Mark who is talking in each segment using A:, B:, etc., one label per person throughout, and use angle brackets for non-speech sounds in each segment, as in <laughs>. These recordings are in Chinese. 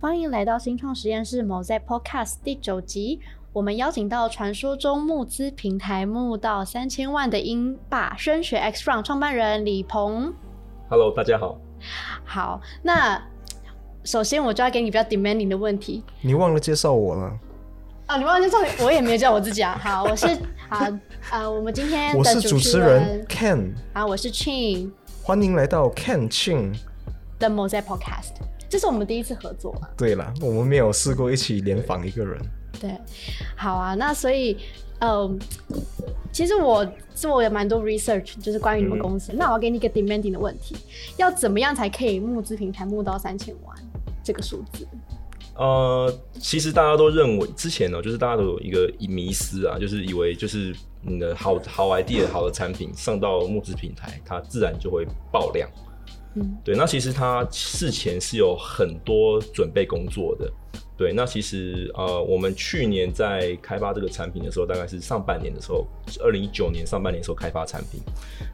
A: 欢迎来到新创实验室某在 Podcast 第九集。我们邀请到传说中募资平台募到三千万的英霸升学 X Round 创办人李鹏。
B: Hello，大家好。
A: 好，那首先我就要给你比较 demanding 的问题
C: 你忘了介绍我了，
A: 啊，你忘了叫我也没有叫我自己啊。 <laughs> 好，我是好呃，我们今天
C: 我
A: 的
C: 是
A: 主
C: 主持人 Ken，
A: 啊，我是 Chin
C: 欢迎来到 Ken Chin。
A: 的某在 Podcast，这是我们第一次合作啊。
C: 对了，我们没有试过一起联访一个人，
A: 对，好啊，那所以，嗯，其实我做了蛮多 research，就是关
B: 嗯
A: 于你们公司。那我要给你一个 demanding 的问题，要怎么样才可以募资平台募到三千万这个数字？
B: 呃，其实大家都认为之前呢、哦就是大家都有一个迷思啊，就是以为就是你的好好 idea、好的产品上到募资平台，它自然就会爆量。
A: 嗯，
B: 对，那其实它事前是有很多准备工作的。对，那其实呃，我们去年在开发这个产品的时候，大概是上半年的时候，二零一九年上半年的时候开发产品。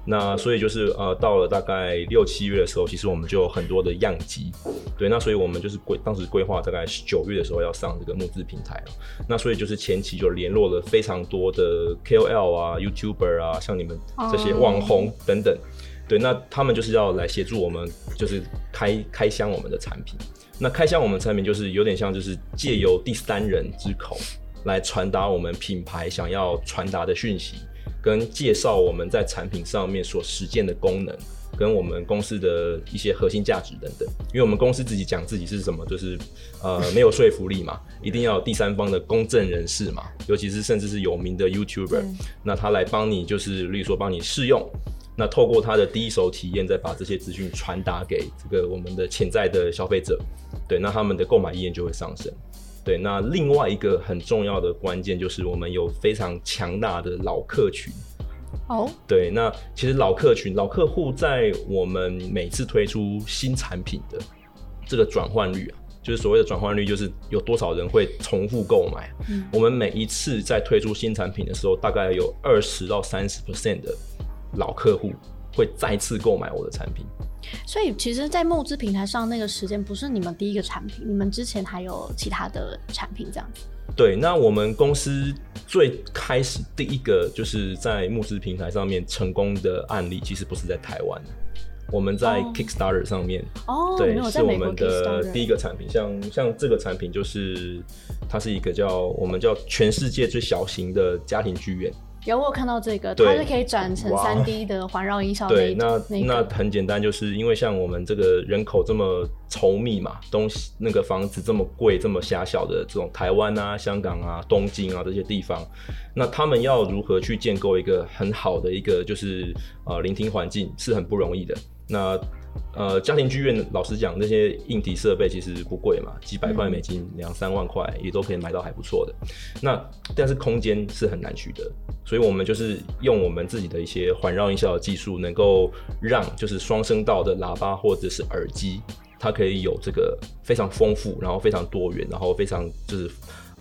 B: 那所以就是呃，到了大概六七月的时候，其实我们就有很多的样机。对，那所以我们就是规当时规划大概九月的时候要上这个募资平台了。那所以就是前期就联络了非常多的 KOL 啊、YouTuber 啊，像你们这些网红等等。对，那他们就是要来协助我们，就是开开箱我们的产品。那开箱我们的产品就是有点像，就是借由第三人之口来传达我们品牌想要传达的讯息，跟介绍我们在产品上面所实践的功能，跟我们公司的一些核心价值等等。因为我们公司自己讲自己是什么，就是呃没有说服力嘛，一定要有第三方的公正人士嘛，尤其是甚至是有名的 YouTuber，、
A: 嗯
B: 那他来帮你就是，例如说帮你试用。那透过他的第一手体验，再把这些资讯传达给这个我们的潜在的消费者，对，那他们的购买意愿就会上升。对，那另外一个很重要的关键就是我们有非常强大的老客群。
A: 哦，
B: 对，那其实老客群、老客户在我们每次推出新产品的这个转换率啊，就是所谓的转换率，就是有多少人会重复购买。啊
A: 嗯
B: 我们每一次在推出新产品的时候，大概有二十到三十 percent 的老客户会再次购买我的产品。
A: 所以其实，在募资平台上那个时间不是你们第一个产品，你们之前还有其他的产品这样子。
B: 对，那我们公司最开始第一个就是在募资平台上面成功的案例，其实不是在台湾，我们在
A: 哦
B: Kickstarter 上面
A: 哦，没
B: 对
A: 有，
B: 是
A: 在
B: 我
A: 美国
B: 们的
A: Kickstarter
B: 第一个产品，像像这个产品就是它是一个叫我们叫全世界最小型的家庭剧院。
A: 有我有看到这个，它
B: 对
A: 是可以转成
C: 哇
A: 三 D 的环绕音效那
B: 对，
A: 一
B: 那
A: 一
B: 那
A: 个
B: 很简单，就是因为像我们这个人口这么稠密嘛，东西那个房子这么贵、这么狭小的这种台湾啊、香港啊、东京啊这些地方，那他们要如何去建构一个很好的一个就是呃聆听环境是很不容易的。那呃，家庭剧院老实讲，那些硬体设备其实不贵嘛，几百块美金、两三万块也都可以买到还不错的。那但是空间是很难取得，所以我们就是用我们自己的一些环绕音效的技术，能够让就是双声道的喇叭或者是耳机，它可以有这个非常丰富，然后非常多元，然后非常就是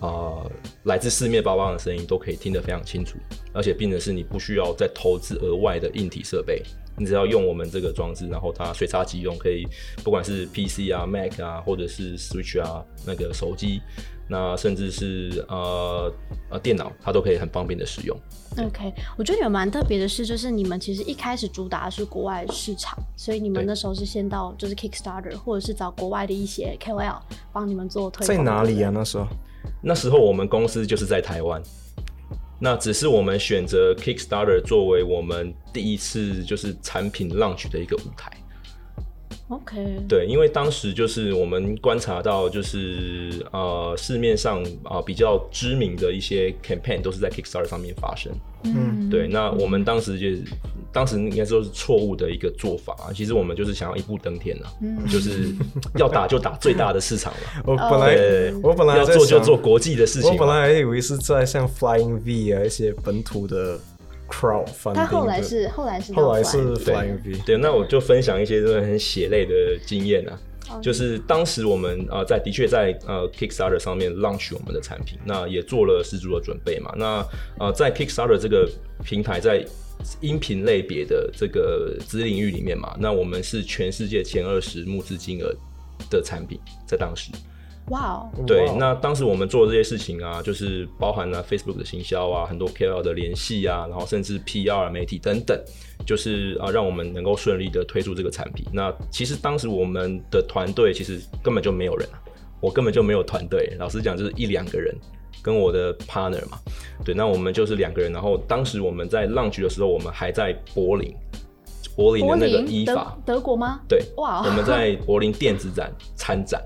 B: 啊、呃来自四面八方的声音都可以听得非常清楚，而且变成是你不需要再投资额外的硬体设备。你只要用我们这个装置，然后它随插即用，可以不管是 PC 啊、Mac 啊，或者是 Switch 啊，那个手机，那甚至是呃呃电脑，它都可以很方便的使用。
A: OK，我觉得有蛮特别的是，就是你们其实一开始主打的是国外市场，所以你们
B: 对
A: 那时候是先到就是 Kickstarter 或者是找国外的一些 KOL 帮你们做推
C: 在
A: 广
C: 哪里啊？
A: 对不对
C: 那时候
B: 那时候我们公司就是在台湾，那只是我们选择 Kickstarter 作为我们第一次就是产品 launch 的一个舞台。
A: ？OK，
B: 对，因为当时就是我们观察到，就是呃市面上啊、比较知名的一些 campaign 都是在 Kickstarter 上面发生。
C: 嗯
B: 对，那我们当时就是，当时应该说是错误的一个做法、啊。其实我们就是想要一步登天啊，
A: 嗯
C: <laughs>
B: 就是要打就打最大的市场嘛，
C: 我
A: 哦
C: 本来、
B: 对
C: 我本来
B: 要
C: 在
B: 做就
C: 想
B: 做国际的事情
C: 我
B: 嘛。
C: 本来还以为是在像 Flying V 啊一些本土的 crowd funding，
A: 他后来
C: 的
A: 是后来是
C: 后来是
B: 对
C: Flying V，
B: 对，那我就分享一些真的很血泪的经验啊。
A: 哦
B: 就是是当时我们呃在的确在呃 Kickstarter 上面 launch 我们的产品，那也做了十足的准备嘛。那呃在 Kickstarter 这个平台在音频类别的这个子领域里面嘛，那我们是全世界前二十募资金额的产品，在当时。
A: 哇哦，
B: 对
C: 哇，
B: 那当时我们做的这些事情啊，就是包含了 Facebook 的行销啊，很多 KOL 的联系啊，然后甚至 PR 媒体等等，就是啊，让我们能够顺利的推出这个产品。那其实当时我们的团队其实根本就没有人啊，我根本就没有团队，老实讲就是一两个人。跟我的 partner 嘛，对，那我们就是两个人。然后当时我们在浪局的时候，我们还在柏林，柏林的
A: 柏
B: 那个
A: 林
B: 依
A: 德
B: 法，
A: 德国吗？
B: 对，
A: 哇
B: 我们在柏林电子展参展，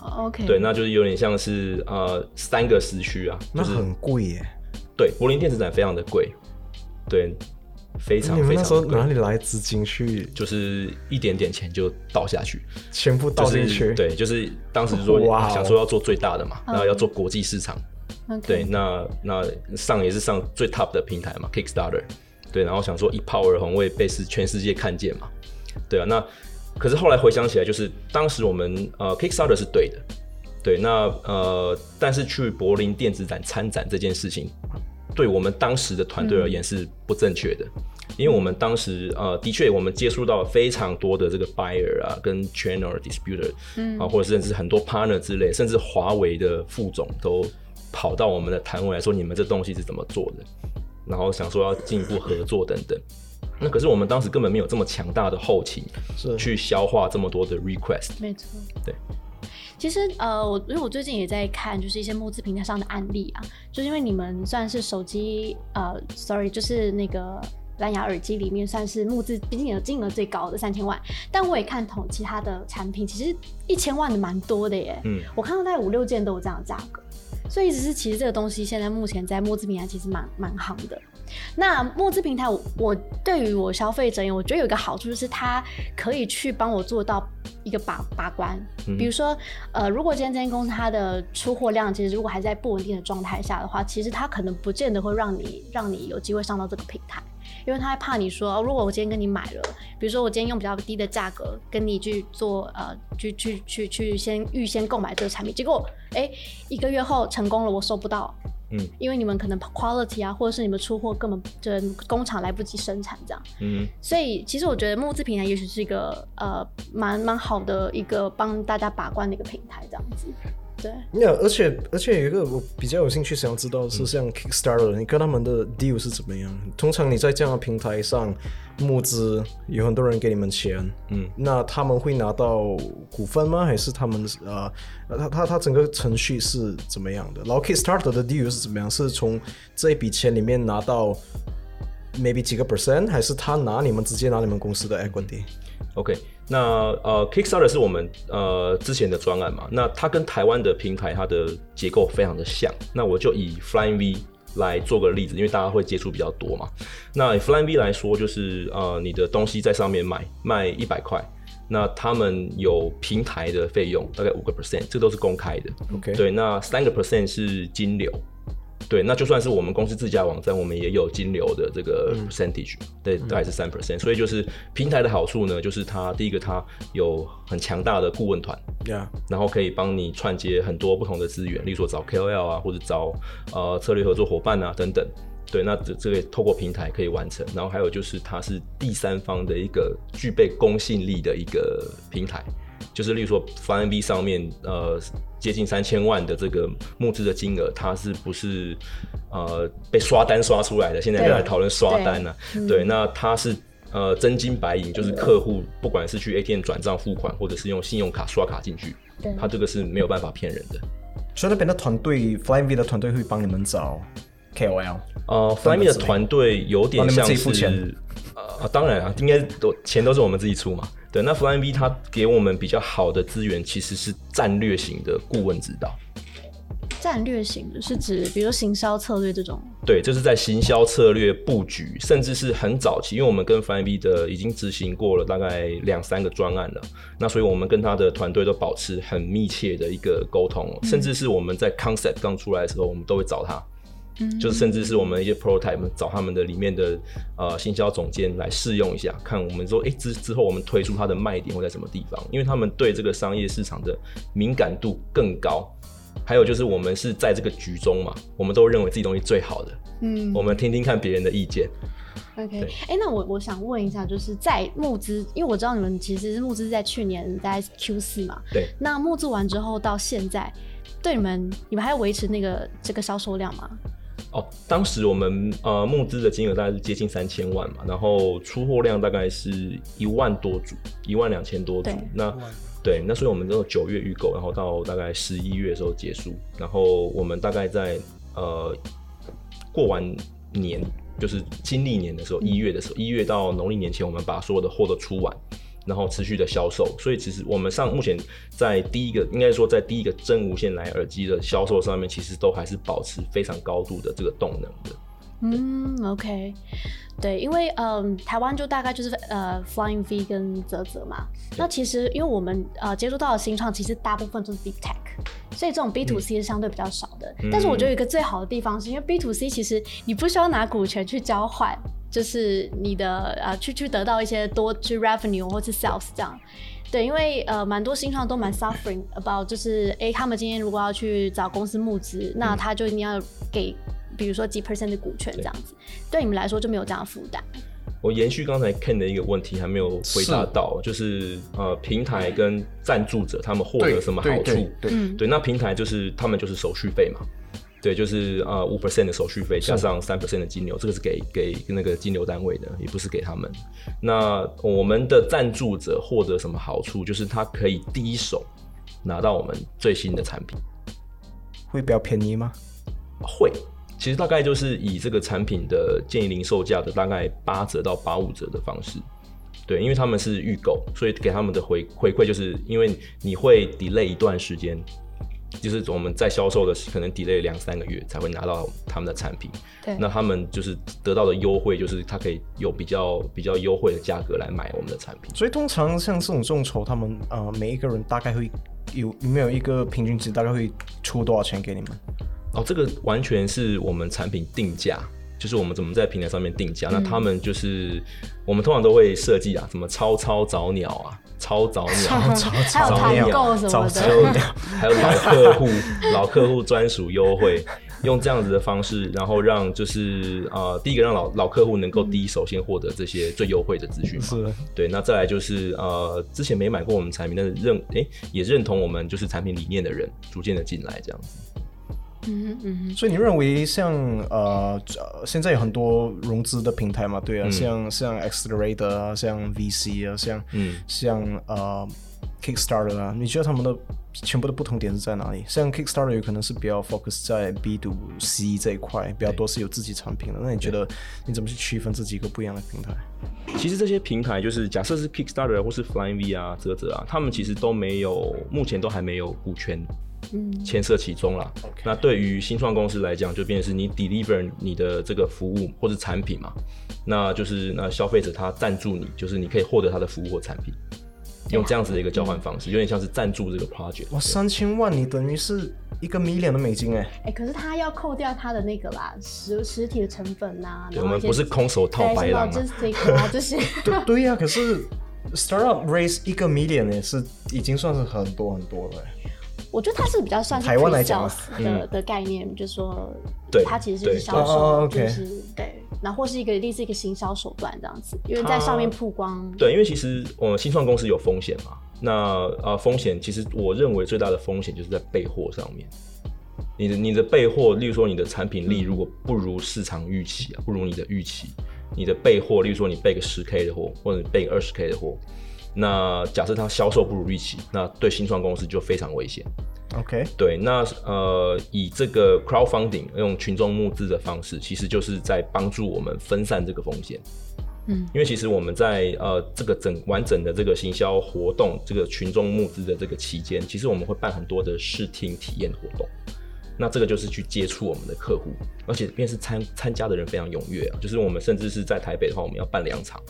A: 哦，OK，
C: 嗯
B: 对，那就是有点像是呃三个时区啊，
C: 那很贵耶。
B: 对，柏林电子展非常的贵，对，非常
C: 你们
B: 非
C: 那
B: 常
C: 时候
B: 的
C: 哪
B: 贵，
C: 里来资金去
B: 就是一点点钱就倒下去，
C: 全部倒进
B: 就是
C: 去？，
B: 对，就是当时说
C: 哇哦
B: 想说要做最大的嘛，
A: 嗯
B: 然后要做国际市场，
A: OK
B: 对，那那上也是上最 top 的平台嘛，Kickstarter，对，然后想说一炮而红，会被世全世界看见嘛，对啊，那可是后来回想起来，就是当时我们呃 Kickstarter 是对的，对，那呃，但是去柏林电子展参展这件事情，对我们当时的团队而言是不正确的。因为我们当时呃，的确我们接触到非常多的这个 buyer 啊，跟 channel distributor，
A: 嗯
B: 啊，或者甚至很多 partner 之类，甚至华为的副总都跑到我们的摊位来说，你们这东西是怎么做的？然后想说要进一步合作等等。那可是我们当时根本没有这么强大的后勤
C: 是
B: 去消化这么多的 request。
A: 没错，
B: 对。
A: 其实呃，我因为我最近也在看，就是一些募资平台上的案例啊，就是因为你们算是手机呃，sorry，就是那个蓝牙耳机里面算是募资金额金额最高的三千万，但我也看同其他的产品，其实一千万的蛮多的耶，
B: 嗯，
A: 我看到大概五六件都有这样的价格，所以只是其实这个东西现在目前在募资平台其实蛮蛮行的。那募资平台我，我对于我消费者而言，我觉得有一个好处就是它可以去帮我做到一个把把关。
B: 嗯
A: 比如说，呃，如果今天这间公司它的出货量其实如果还在不稳定的状态下的话，其实它可能不见得会让你让你有机会上到这个平台，因为它害怕你说、哦，如果我今天跟你买了，比如说我今天用比较低的价格跟你去做呃，去去去去先预先购买这个产品，结果哎一个月后成功了，我收不到，
B: 嗯，
A: 因为你们可能 quality 啊，或者是你们出货根本就是工厂来不及生产这样，
B: 嗯，
A: 所以其实我觉得募资平台也许是一个呃蛮蛮好的一个帮大家把关的一个平台这样子，对，
C: 那而且而且有一个我比较有兴趣想要知道的是，像 Kickstarter，你跟他们的 deal 是怎么样？通常你在这样的平台上募资，有很多人给你们钱，
B: 嗯，
C: 那他们会拿到股份吗？还是他们呃，他他他整个程序是怎么样的？然后 Kickstarter 的 deal 是怎么样？是从这一笔钱里面拿到 maybe 几个 percent，还是他拿你们直接拿你们公司的 equity？
B: OK，那呃，Kickstarter 是我们呃之前的专案嘛，那它跟台湾的平台它的结构非常的像，那我就以 Flying V 来做个例子，因为大家会接触比较多嘛。那以 Flying V 来说，就是呃你的东西在上面买卖一百块，那他们有平台的费用大概五个 percent，这都是公开的。
C: OK
B: 对，那三个 percent 是金流。对，那就算是我们公司自家网站，我们也有金流的这个 percentage，、对，大概是三 percent。所以就是平台的好处呢，就是它第一个它有很强大的顾问团，
C: ，Yeah，
B: 然后可以帮你串接很多不同的资源，例如说找 KOL 啊，或者找呃策略合作伙伴啊等等。对，那这这个透过平台可以完成。然后还有就是它是第三方的一个具备公信力的一个平台，就是例如说 f b 上面呃接近三千万的这个募资的金额，它是不是呃被刷单刷出来的？现在
A: 对
B: 要来讨论刷单呢、啊对，那它是呃真金白银，就是客户不管是去 ATM 转账付款，或者是用信用卡刷卡进去，
A: 对
B: 它这个是没有办法骗人的。
C: 所以那边的团队 Flying V 的团队会帮你们找 KOL。
B: 呃 f l y m e 的团队有点
C: 帮你们
B: 像
C: 自
B: 是
C: 己付钱
B: 呃，当然啊，应该都钱都是我们自己出嘛。对，那 Flyme V 它给我们比较好的资源其实是战略型的顾问指导，
A: 战略型的是指比如说行销策略这种，
B: 对，这是在行销策略布局，甚至是很早期，因为我们跟 f i n B 的已经执行过了大概两三个专案了，那所以我们跟他的团队都保持很密切的一个沟通哦，甚至是我们在 concept 刚出来的时候，我们都会找他，
A: 嗯
B: 就是甚至是我们一些 prototype 找他们的里面的呃行销总监来试用一下，看我们说，诶之之后我们推出它的卖点会在什么地方，因为他们对这个商业市场的敏感度更高，还有就是我们是在这个局中嘛，我们都认为自己东西最好的，
A: 嗯
B: 我们听听看别人的意见。
A: ，OK，
B: 对
A: 哎、那我我想问一下，就是在募资，因为我知道你们其实是募资在去年在 Q 四嘛，
B: 对，
A: 那募资完之后到现在，对你们你们还维持那个这个销售量吗？
B: 哦，当时我们呃募资的金额大概是接近三千万嘛，然后出货量大概是一万多组，一万两千多组
A: 对。
B: 那对，那所以我们都九月预购，然后到大概十一月的时候结束，然后我们大概在呃过完年，就是新历年的时候，一月的时候，一月到农历年前，我们把所有的货都出完。然后持续的销售，所以其实我们上目前在第一个，应该说在第一个真无线蓝牙耳机的销售上面，其实都还是保持非常高度的这个动能的。
A: 嗯，OK，对，因为嗯，台湾就大概就是呃，Flying V 跟泽泽嘛。那其实因为我们呃接触到的新创，其实大部分都是 Big Tech，所以这种 B to C 是相对比较少的。但是我觉得有一个最好的地方是，因为 B to C 其实你不需要拿股权去交换，就是你的呃去去得到一些多去 revenue 或是 sales 这样。对，因为呃，蛮多新创都蛮 suffering about，就是诶，他们今天如果要去找公司募资，
B: 嗯
A: 那他就一定要给，比如说几 percent 的股权这样子，对你们来说就没有这样的负担。
B: 我延续刚才 Ken 的一个问题，还没有回答到，就是呃，平台跟赞助者他们获
D: 对
B: 得什么好处？
D: 对对对，
A: 嗯，
B: 对，那平台就是他们就是手续费嘛，对，就是呃五 percent 的手续费加上三 percent 的金流，这个是给给那个金流单位的，也不是给他们。那我们的赞助者获得什么好处？就是他可以第一手拿到我们最新的产品，
C: 会比较便宜吗？
B: 会。其实大概就是以这个产品的建议零售价的大概八折到八五折的方式，对，因为他们是预购，所以给他们的回回馈就是因为你会 delay 一段时间，就是我们在销售的时可能 delay 两三个月才会拿到他们的产品，
A: 对
B: 那他们就是得到的优惠就是他可以有比较比较优惠的价格来买我们的产品。
C: 所以通常像这种众筹，他们呃每一个人大概会有有没有一个平均值，大概会出多少钱给你们？
B: 哦，这个完全是我们产品定价，就是我们怎么在平台上面定价。那他们就是我们通常都会设计啊，什么超超早鸟啊，超早鸟，啊
A: 还有团购什
C: 早
A: 么
C: 知
B: 还
A: 的，
B: 有还有老客户老客户专属优惠，用这样子的方式，然后让就是呃，第一个让老老客户能够第一手先获得这些最优惠的资讯嘛。
A: <laughs>
C: 是
B: 对，那再来就是呃，之前没买过我们产品，但是认诶、也认同我们就是产品理念的人，逐渐的进来这样子。
A: 嗯哼嗯哼，
C: 所以你认为像呃，呃现在有很多融资的平台嘛，对啊，像像 Accelerator 啊，像 VC 啊，像、
B: 嗯
C: 像呃 Kickstarter 啊，你觉得他们的全部的不同点是在哪里？像 Kickstarter 有可能是比较 focus 在 B to C 这一块，比较多是有自己产品的。那你觉得你怎么去区分这几个不一样的平台？
B: 其实这些平台就是假设是 Kickstarter 或是 Flying V 啊、泽泽啊，他们其实都没有，目前都还没有股权
A: 嗯
B: 牵涉其中啦。那对于新创公司来讲，就变成是你 deliver 你的这个服务或是产品嘛，那就是那消费者他赞助你，就是你可以获得他的服务或产品，用这样子的一个交换方式，有点像是赞助这个 project。
C: 哇，三千万，你等于是一个 million 的美金哎！
A: 哎、可是他要扣掉他的那个啦，实实体的成本呐、
B: 对，
A: 然
B: 我
A: 后
B: 们
A: 一些
B: 不是空手套白狼
A: 对
B: 啊
A: 一。些 logistic 啊这
B: <laughs>
A: 些。
C: 对对呀、可是 startup raise 一个 million 也是已经算是很多很多了欸。
A: <laughs> 我觉得它是比较算是
C: 台湾来讲
A: pre-sales
C: 啊
A: 的、的概念，就是说，
B: 嗯对
A: 它其实就是
B: 对
A: 销
C: 哦
A: 售，
C: ，OK
A: 就是对，然后或是一个类似一个行销手段这样子，因为在上面
B: 它
A: 曝光，
B: 对，因为其实我们新创公司有风险嘛，那呃风险其实我认为最大的风险就是在备货上面。你的你的备货，例如说你的产品力如果不如市场预期啊，不如你的预期，你的备货，例如说你备个十 K 的货，或者你备个二十 K 的货，那假设它销售不如预期，那对新创公司就非常危险。
C: OK，
B: 对，那呃，以这个 crowdfunding 用群众募资的方式，其实就是在帮助我们分散这个风险。
A: 嗯，
B: 因为其实我们在呃这个整完整的这个行销活动，这个群众募资的这个期间，其实我们会办很多的试听体验活动。那这个就是去接触我们的客户，而且便是参参加的人非常踊跃啊，就是我们甚至是在台北的话，我们要办两场，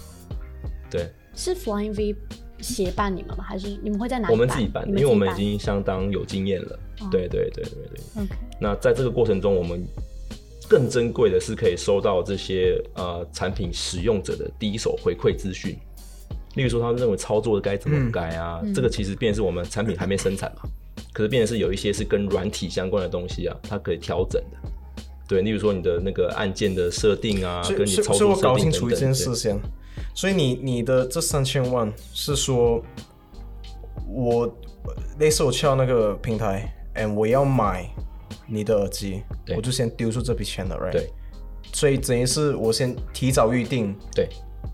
B: 对，
A: 是 Flying V 协办你们吗？还是你们会在哪里
B: 我们自己办哦
A: 办，
B: 的，因为我们已经相当有经验了，对对对对对。
A: 你们自己办 OK，
B: 那在这个过程中，我们更珍贵的是可以收到这些呃产品使用者的第一手回馈资讯，
C: 嗯
B: 例如说他们认为操作该怎么改啊，这个其实便是我们产品还没生产嘛，可是变成是有一些是跟软体相关的东西啊，它可以调整的。对，例如说你的那个按键的设定啊，
C: 所
B: 跟
C: 以，
B: 你
C: 所以，
B: 操
C: 所以
B: 作
C: 我
B: 设
C: 搞
B: 定
C: 清
B: 等
C: 楚一
B: 等
C: 件
B: 对
C: 事先，所以你你的这三千万是说，我呃类似我去到那个平台，and 我要买你的耳机，
B: 对
C: 我就先丢出这笔钱了，right？
B: 对，
C: 所以等于是我先提早预定
B: 对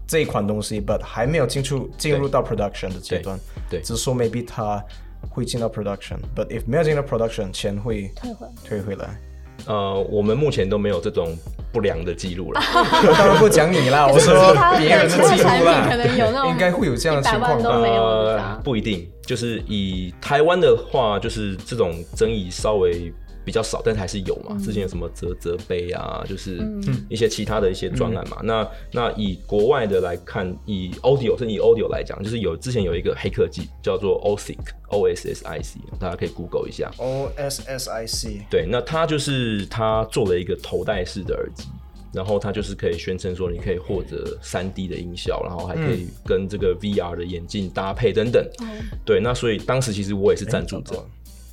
C: 这一款东西，but 还没有进入进入到 production 的阶段，
B: 对对
C: 只是说 maybe 它会进到 production，but if 没有进到 production，钱会
A: 退回。
C: 退回来。 <laughs>
B: 呃，我们目前都没有这种不良的记录了。
C: 当然不讲你啦，啊我
A: 可是
C: 说
A: 其他
C: 别人的
A: 其他
C: 记录
A: 产
C: 啦
A: 品可能有那，种
C: 应该会有这样的情
A: 100
C: 况
A: 万都
C: 吧。
A: 没有的
B: 呃
A: 吧，
B: 不一定，就是以台湾的话，就是这种争议稍微比较少，但是还是有嘛。
A: 嗯
B: 之前有什么泽泽杯啊，就是一些其他的一些专案嘛。
A: 嗯
B: 那那以国外的来看，以 audio 是以 audio 来讲，就是有之前有一个黑科技叫做 OSIC O S S I C，大家可以 Google 一下。
C: O S S I C，
B: 对，那它就是它做了一个头戴式的耳机，然后它就是可以宣称说你可以获得三 D 的音效，然后还可以
A: 嗯
B: 跟这个 VR 的眼镜搭配等等。对，那所以当时其实我也是
C: 哎
B: 赞助者，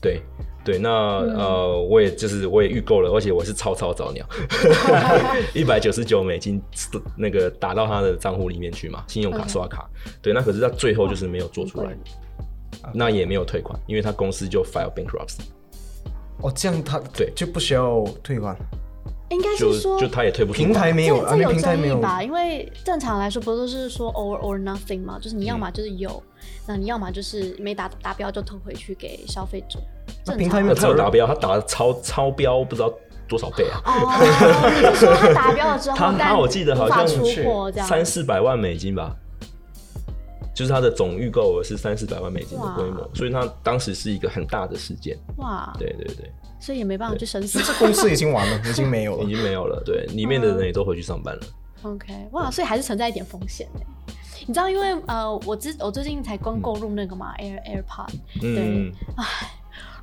B: 对。对，那、呃，我也就是我也预购了，而且我是超超早鸟， <laughs> 一百九十九美金那个打到他的账户里面去嘛，信用卡刷卡。对，那可是他最后就是没有做出来，
C: 啊
B: 那也没有退款，因为他公司就 file bankruptcy。
C: 哦，这样他
B: 对
C: 就不需要退款，
A: 应该
B: 就是
A: 说
B: 就他也退不出
C: 平台
B: 款
C: 没
A: 这
C: 有，啊
A: 这，
C: 那
A: 有
C: 平台没
A: 争议
C: 有，
A: 吧？因为正常来说不都是说 all or nothing 嘛，就是
B: 嗯
A: 你要么就是有，那你要么就是没达达标就退回去给消费者。
C: 那
A: 正
B: 啊
C: 平台
A: 常
C: 没有
B: 那他
C: 责
B: 有
C: 任
B: 达。标，他打了超超标不知道多少倍啊， <laughs>
A: 哦，你是说他达标了之后，
B: 他
A: 但
B: 他我记得好
A: 无法
B: 像
A: 出货这样，
B: 三四百万美金吧，就是他的总预购额是三四百万美金的规模
A: 哇，
B: 所以他当时是一个很大的事件。
A: 哇，
B: 对对对，
A: 所以也没办法去申诉。
C: 公司已经完
A: <laughs>
C: 了，已经没有
B: 已
C: 了。
B: 经没有了，对，里面的人也都回去上班了。
A: OK，哇，所以还是存在一点风险的。你知道，因为呃，我之我最近才
C: 嗯
A: 刚购入那个嘛、Air AirPod，
B: 嗯，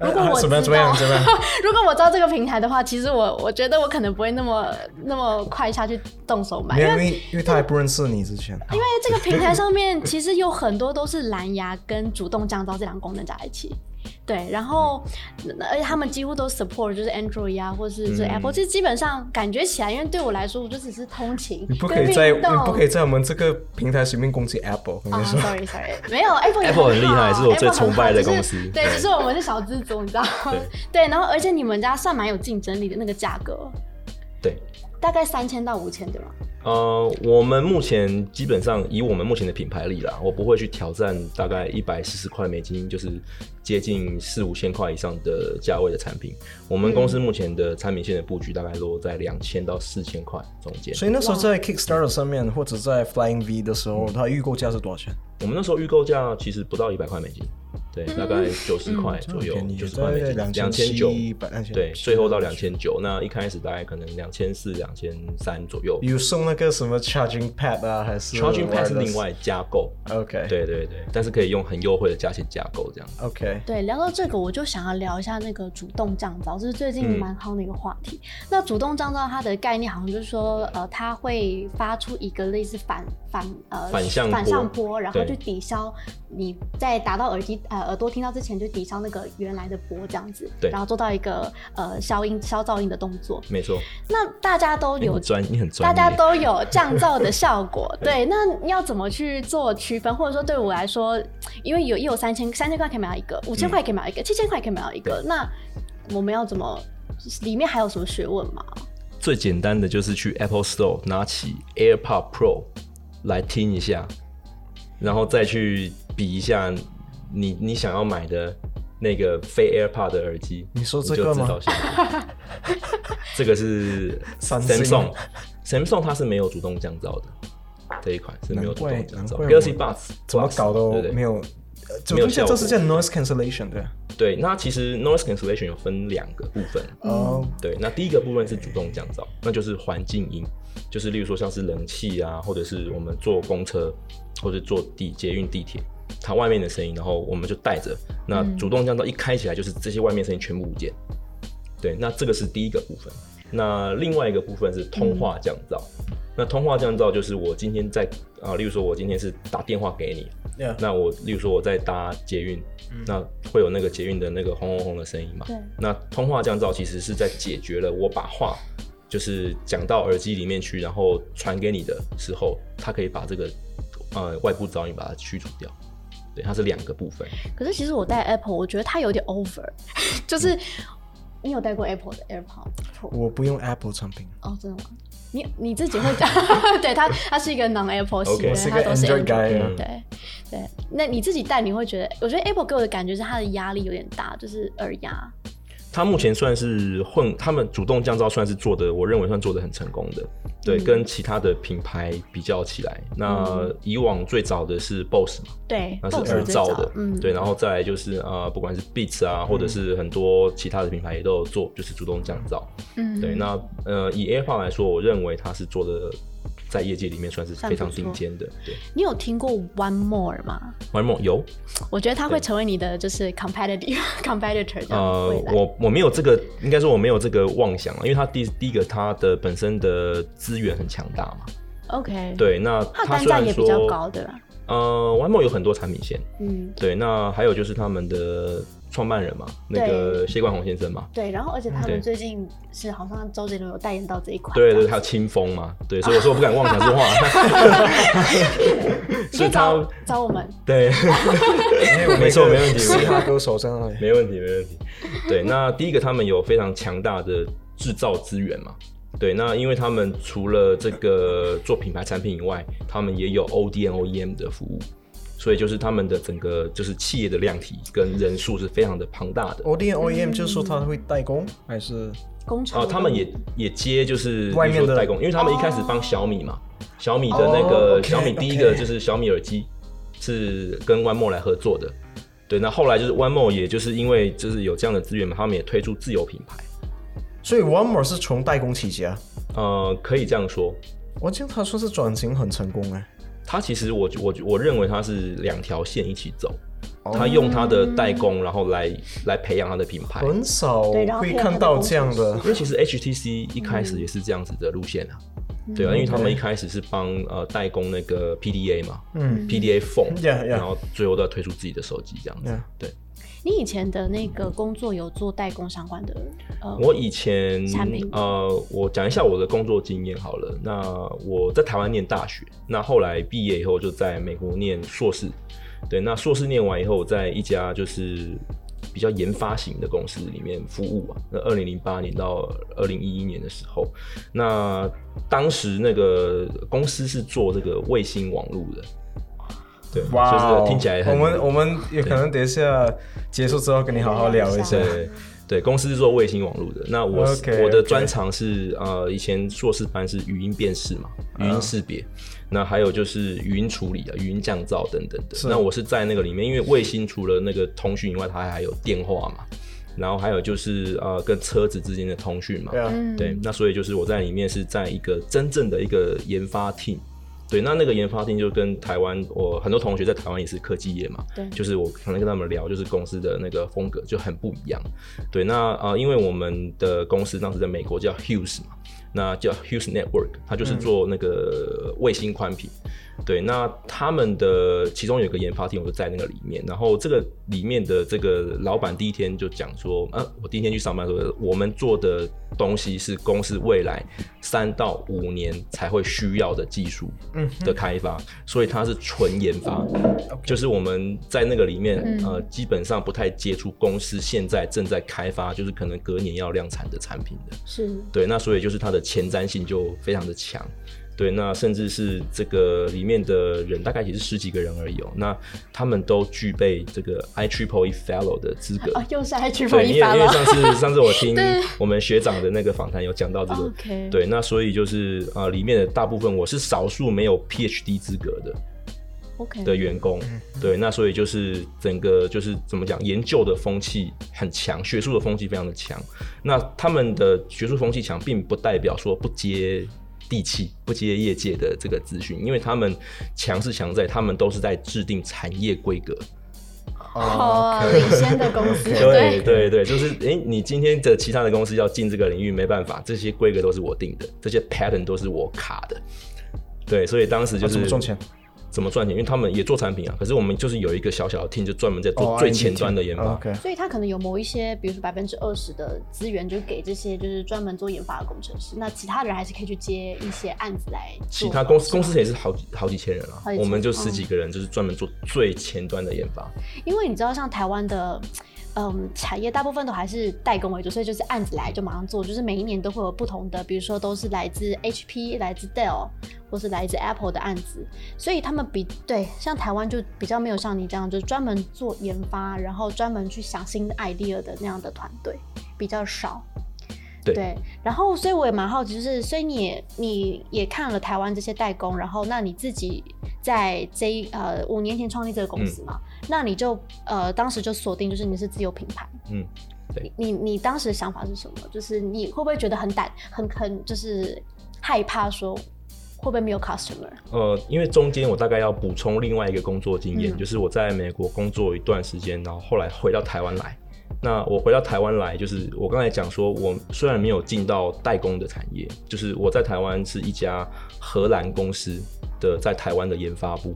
A: 如果我
C: 啊
A: 知
C: 怎
A: 道，
C: 么样？怎么样？怎么样？
A: 如果我知道这个平台的话，其实我我觉得我可能不会那么那么快下去动手买，
C: <laughs> 没
A: 因
C: 有，
A: 为
C: 因为因为他还不认识你之前，
A: 因为这个平台上面其实有很多都是蓝牙跟主动降噪这两个功能加在一起。对，然后
C: 嗯
A: 呃而且他们几乎都 support 就是 Android 啊，或是这
B: 嗯
A: Apple，、其实基本上感觉起来，因为对我来说，我就只是通勤，
C: 你不可以在
A: 跟运动
C: 你不可以在我们这个平台随便攻击 Apple，我跟
A: 啊
C: 你说。
A: ，sorry sorry，没有 Apple 也
B: Apple
A: 很
B: 很厉
A: 好啊
B: 害是我最
A: Apple 很
B: 崇拜的
A: 好
B: 公司
A: 只是对，
B: 对
A: 只是我们是小资族，你知道吗？对，然后而且你们家算蛮有竞争力的，那个价格
B: 对，
A: 大概三千到五千，对吗？
B: 呃，我们目前基本上以我们目前的品牌力啦，我不会去挑战大概一百四十块美金，就是接近四五千块以上的价位的产品。我们公司目前的产品线的布局大概落在两千到四千块中间。
C: <laughs> 所以那时候在 Kickstarter 上面或者在 Flying V 的时候，它预购价是多少钱？
B: 我们那时候预购价其实不到一百块美金，对，
A: 嗯
B: 大概九十块左右
C: 这么便，宜
B: 九十块美金，
C: 大概
B: 两千九，
C: 27002700
B: 对，最后到两千九。那一开始大概可能两千四、两千三左右。
C: 有送那个什么 charging pad 啊，还是
B: Charging Pad 是
C: wireless？
B: 另外加购，
C: OK，
B: 对对对，但是可以用很优惠的价钱加购这样子。
C: OK，
A: 对，聊到这个，我就想要聊一下那个主动降噪，这是最近
B: 嗯
A: 蛮夯的一个话题。那主动降噪它的概念好像就是说，呃，它会发出一个类似反反呃
B: 反向
A: 反
B: 波
A: 向波，然后
B: 对
A: 去抵消你在达到耳机呃耳朵听到之前就抵消那个原来的波这样子，
B: 对
A: 然后做到一个呃消音消噪音的动作。
B: 没错，
A: 那大家都
B: 你
A: 有
B: 很专，你很专
A: 大家
B: 业，
A: 都有降噪的效果，对，那你要怎么去做区分？或者说对我来说，因为有也有三千三千块可以买到一个，五千块也可以买到一个，七千块也可以买到一个，那我们要怎么？里面还有什么学问吗？
B: 最简单的就是去 Apple Store 拿起 AirPod Pro 来听一下，然后再去比一下你你想要买的那个非 AirPod 的耳机。
C: 你说这个吗
B: 你就知道效
C: <laughs>
B: 果这个是
C: 三星
B: Samsung Samsung 它是没有主动降噪的。这一款是没有主动降
C: 难
B: 噪
C: 怪难怪我
B: ，Galaxy Buds
C: 怎么搞
B: 对
C: 都
B: 对
C: 没有，呃就
B: 没有
C: 这
B: 效
C: 这
B: 果
C: 是叫 noise cancellation 对。
B: 对。那其实 noise cancellation 有分两个部分，
C: 哦，
B: 对，那第一个部分是主动降噪，那就是环境音，就是例如说像是冷气啊，或者是我们坐公车或者坐地捷运、地铁，它外面的声音，然后我们就带着。那主动降噪一开起来，就是这些外面声音全部不见。对，那这个是第一个部分。那另外一个部分是通话降噪。那通话降噪就是我今天在啊、例如说我今天是打电话给你，
C: Yeah
B: 那我例如说我在搭捷运，那会有那个捷运的那个轰轰轰的声音嘛？
A: 对
B: 那通话降噪其实是在解决了我把话就是讲到耳机里面去，然后传给你的时候，它可以把这个呃外部噪音把它驱除掉。对，它是两个部分。
A: 可是其实我戴 Apple，我觉得它有点 over，就是 <laughs> 你有戴过 Apple 的 AirPod Pro
C: 我不用 Apple 产品，
A: 哦，真的吗？你你自己会 <laughs> 对它，它是一个 non Apple 系
B: OK
A: 列，
B: 我
C: 是
A: 它
C: 个
A: 都是
C: Android
A: Android
C: guy 啊
B: 嗯
A: 对对，那你自己戴你会觉得，我觉得 Apple 给我的感觉是它的压力有点大，就是耳压。
B: 它目前算是混，他们主动降噪算是做的，我认为算做的很成功的。对，
A: 嗯
B: 跟其他的品牌比较起来，那
A: 嗯
B: 以往最早的是 BOSS 嘛，
A: 对，
B: 啊那是
A: Bose
B: 耳
A: 最
B: 罩
A: 早
B: 的，
A: 嗯，
B: 对，然后再来就是呃，不管是 Beats 啊，或者是很多其他的品牌也都有做，就是主动降噪。
A: 嗯，
B: 对，那呃，以 AirPod 来说，我认为它是做的在业界里面算是非常顶尖的。对
A: 你有听过 One More 吗？
B: ，One More 有，
A: 我觉得它会
B: 对
A: 成为你的就是 competitive <laughs> competitor 这样
B: 呃
A: 未，来。
B: 我我没有这个，应该说我没有这个妄想啊，因为它第第一个它的本身的资源很强大嘛。
A: OK，，
B: 对，那
A: 它的
B: 它
A: 单
B: 虽
A: 价
B: 然
A: 也比
B: 说
A: 较高，对吧？
B: 呃，One More 有很多产品线，
A: 嗯，
B: 对，那还有就是他们的创办人嘛，那个谢冠宏先生嘛，
A: 对。然后而且他
B: 嗯对
A: 们最近是好像周杰伦有代言到这一款，
B: 对对，还有清风嘛，对，所以我说我不敢妄想这
A: <laughs>
B: 话，
A: 你可
B: 是
A: 以
B: 他
A: 找找我们。
B: 对，没错，没问题，
C: 嘻
B: 没问
C: 哈
B: 题
C: 歌手上来，
B: 没问题，没问题。对，那第一个他们有非常强大的制造资源嘛，对，那因为他们除了这个做品牌产品以外，他们也有 O D N O E M 的服务。所以就是他们的整个就是企业的量体跟人数是非常的庞大的
C: O D N O E M 就是说他会代工还是
A: 工厂
B: 啊，他们也也接就是
C: 外面的
B: 比如说代工，因为他们一开始帮小米嘛，小米的那
C: 哦
B: 个
C: ，OK，
B: 小米第一个
C: OK
B: 就是小米耳机是跟 OneMore 来合作的，对，那后来就是 OneMore 也就是因为就是有这样的资源嘛，他们也推出自有品牌，
C: 所以 One More 是从代工起家。
B: 呃，可以这样说，
C: 我记得他说是转型很成功哎、
B: 它其实我我我认为它是两条线一起走，
C: 哦
B: 它用它的代工，然后来来培养它的品牌，
C: 很少
A: 对然后
C: 会
A: 配合他
C: 看
A: 的
C: 到
A: 工
C: 这样
A: 程
C: 的
B: 因为其实 HTC 一开始也是这样子的路线啊，
A: 嗯
B: 对啊，因为他们一开始是帮呃代工那个 PDA 嘛，
C: 嗯
B: ，PDA Phone，、
C: Yeah, yeah
B: 然后最后都要推出自己的手机这样子。
C: Yeah
B: 对，
A: 你以前的那个工作有做代工相关的，呃，
B: 我以前
A: 产品
B: 呃，我讲一下我的工作经验好了。那我在台湾念大学，那后来毕业以后就在美国念硕士。对，那硕士念完以后，我在一家就是比较研发型的公司里面服务啊。那二零零八年到二零一一年的时候，那当时那个公司是做这个卫星网络的。对，
C: 哇、哦
B: 就是听起来很
C: 我们我们有可能等一下结束之后跟你好好聊一下
A: 对。
B: 对对，公司是做卫星网络的。那我
C: OK，
B: 我的
C: OK
B: 专长是呃，以前硕士班是语音辨识嘛，语音识别。那还有就是语音处理啊，语音降噪等等的
C: 是。
B: 那我是在那个里面，因为卫星除了那个通讯以外，它还有电话嘛，然后还有就是呃，跟车子之间的通讯嘛。
C: 对啊，
A: 嗯，
B: 对，，那所以就是我在里面是在一个真正的一个研发 team。对，那那个研发 team 就跟台湾我很多同学在台湾也是科技业嘛，
A: 对
B: 就是我可能跟他们聊，就是公司的那个风格就很不一样。对，那呃，因为我们的公司当时在美国叫 Hughes 嘛，那叫 Hughes Network，它就是做那个卫星宽频。对，那他们的其中有一个研发 team，我就在那个里面。然后这个里面的这个老板第一天就讲说，啊，我第一天去上班的时候，我们做的东西是公司未来三到五年才会需要的技术
C: 嗯
B: 的开发，所以它是纯研发，就是我们在那个里面、
A: 嗯
B: 呃，基本上不太接触公司现在正在开发，就是可能隔年要量产的产品的。
A: 是
B: 对，那所以就是它的前瞻性就非常的强。对，那甚至是这个里面的人大概也是十几个人而已哦，那他们都具备这个 I Triple E Fellow 的资格。
A: 啊，又是 H
B: 对，
A: 风
B: 你
A: 一
B: 也
A: 发
B: 因为上
A: 了。
B: 次上次
A: <laughs>
B: 我听
A: 对哦
B: 我们学长的那个访谈有讲到这个
A: OK
B: 对，那所以就是呃里面的大部分我是少数没有 PhD 资格的，
A: OK，
B: 的员工，对，那所以就是整个就是怎么讲，研究的风气很强，学术的风气非常的强。那他们的学术风气强，并不代表说不接地气、不接业界的这个资讯，因为他们强是强在他们都是在制定产业规格。
A: 好
C: 哦
A: 啊，领先的公司，
B: <laughs> 对对对，就是诶、你今天的其他的公司要进这个领域，没办法，这些规格都是我定的，这些 pattern 都是我卡的。对，所以当时
C: 啊
B: 就是、
C: 怎么赚钱？
B: 怎么赚钱，因为他们也做产品啊，可是我们就是有一个小小的 team 就专门在
C: 哦
B: 做最前端的研发。
C: OK，
A: 所以他可能有某一些，比如说百分之二十的资源，就给这些就是专门做研发的工程师。那其他人还是可以去接一些案子来做。
B: 其他公司公司也是好几好几千人啊
A: 好几，千嗯
B: 我们就十几个人，就是专门做最前端的研发。
A: 因为你知道，像台湾的，嗯，产业大部分都还是代工为主，所以就是案子来就马上做，就是每一年都会有不同的，比如说都是来自 HP、来自 Dell 或是来自 Apple 的案子，所以他们比对像台湾就比较没有像你这样，就是专门做研发，然后专门去想新的 idea 的那样的团队比较少。
B: 对
A: 然后所以我也蛮好奇，就是所以你也你也看了台湾这些代工，然后那你自己在这一呃五年前创立这个公司嘛，那你就呃当时就锁定就是你是自有品牌，
B: 嗯，
A: 你你当时的想法是什么？就是你会不会觉得很胆很很就是害怕说会不会没有 customer？
B: 呃，因为中间我大概要补充另外一个工作经验，
A: 嗯
B: 就是我在美国工作一段时间，然后后来回到台湾来。那我回到台湾来，就是我刚才讲说，我虽然没有进到代工的产业，就是我在台湾是一家荷兰公司的在台湾的研发部，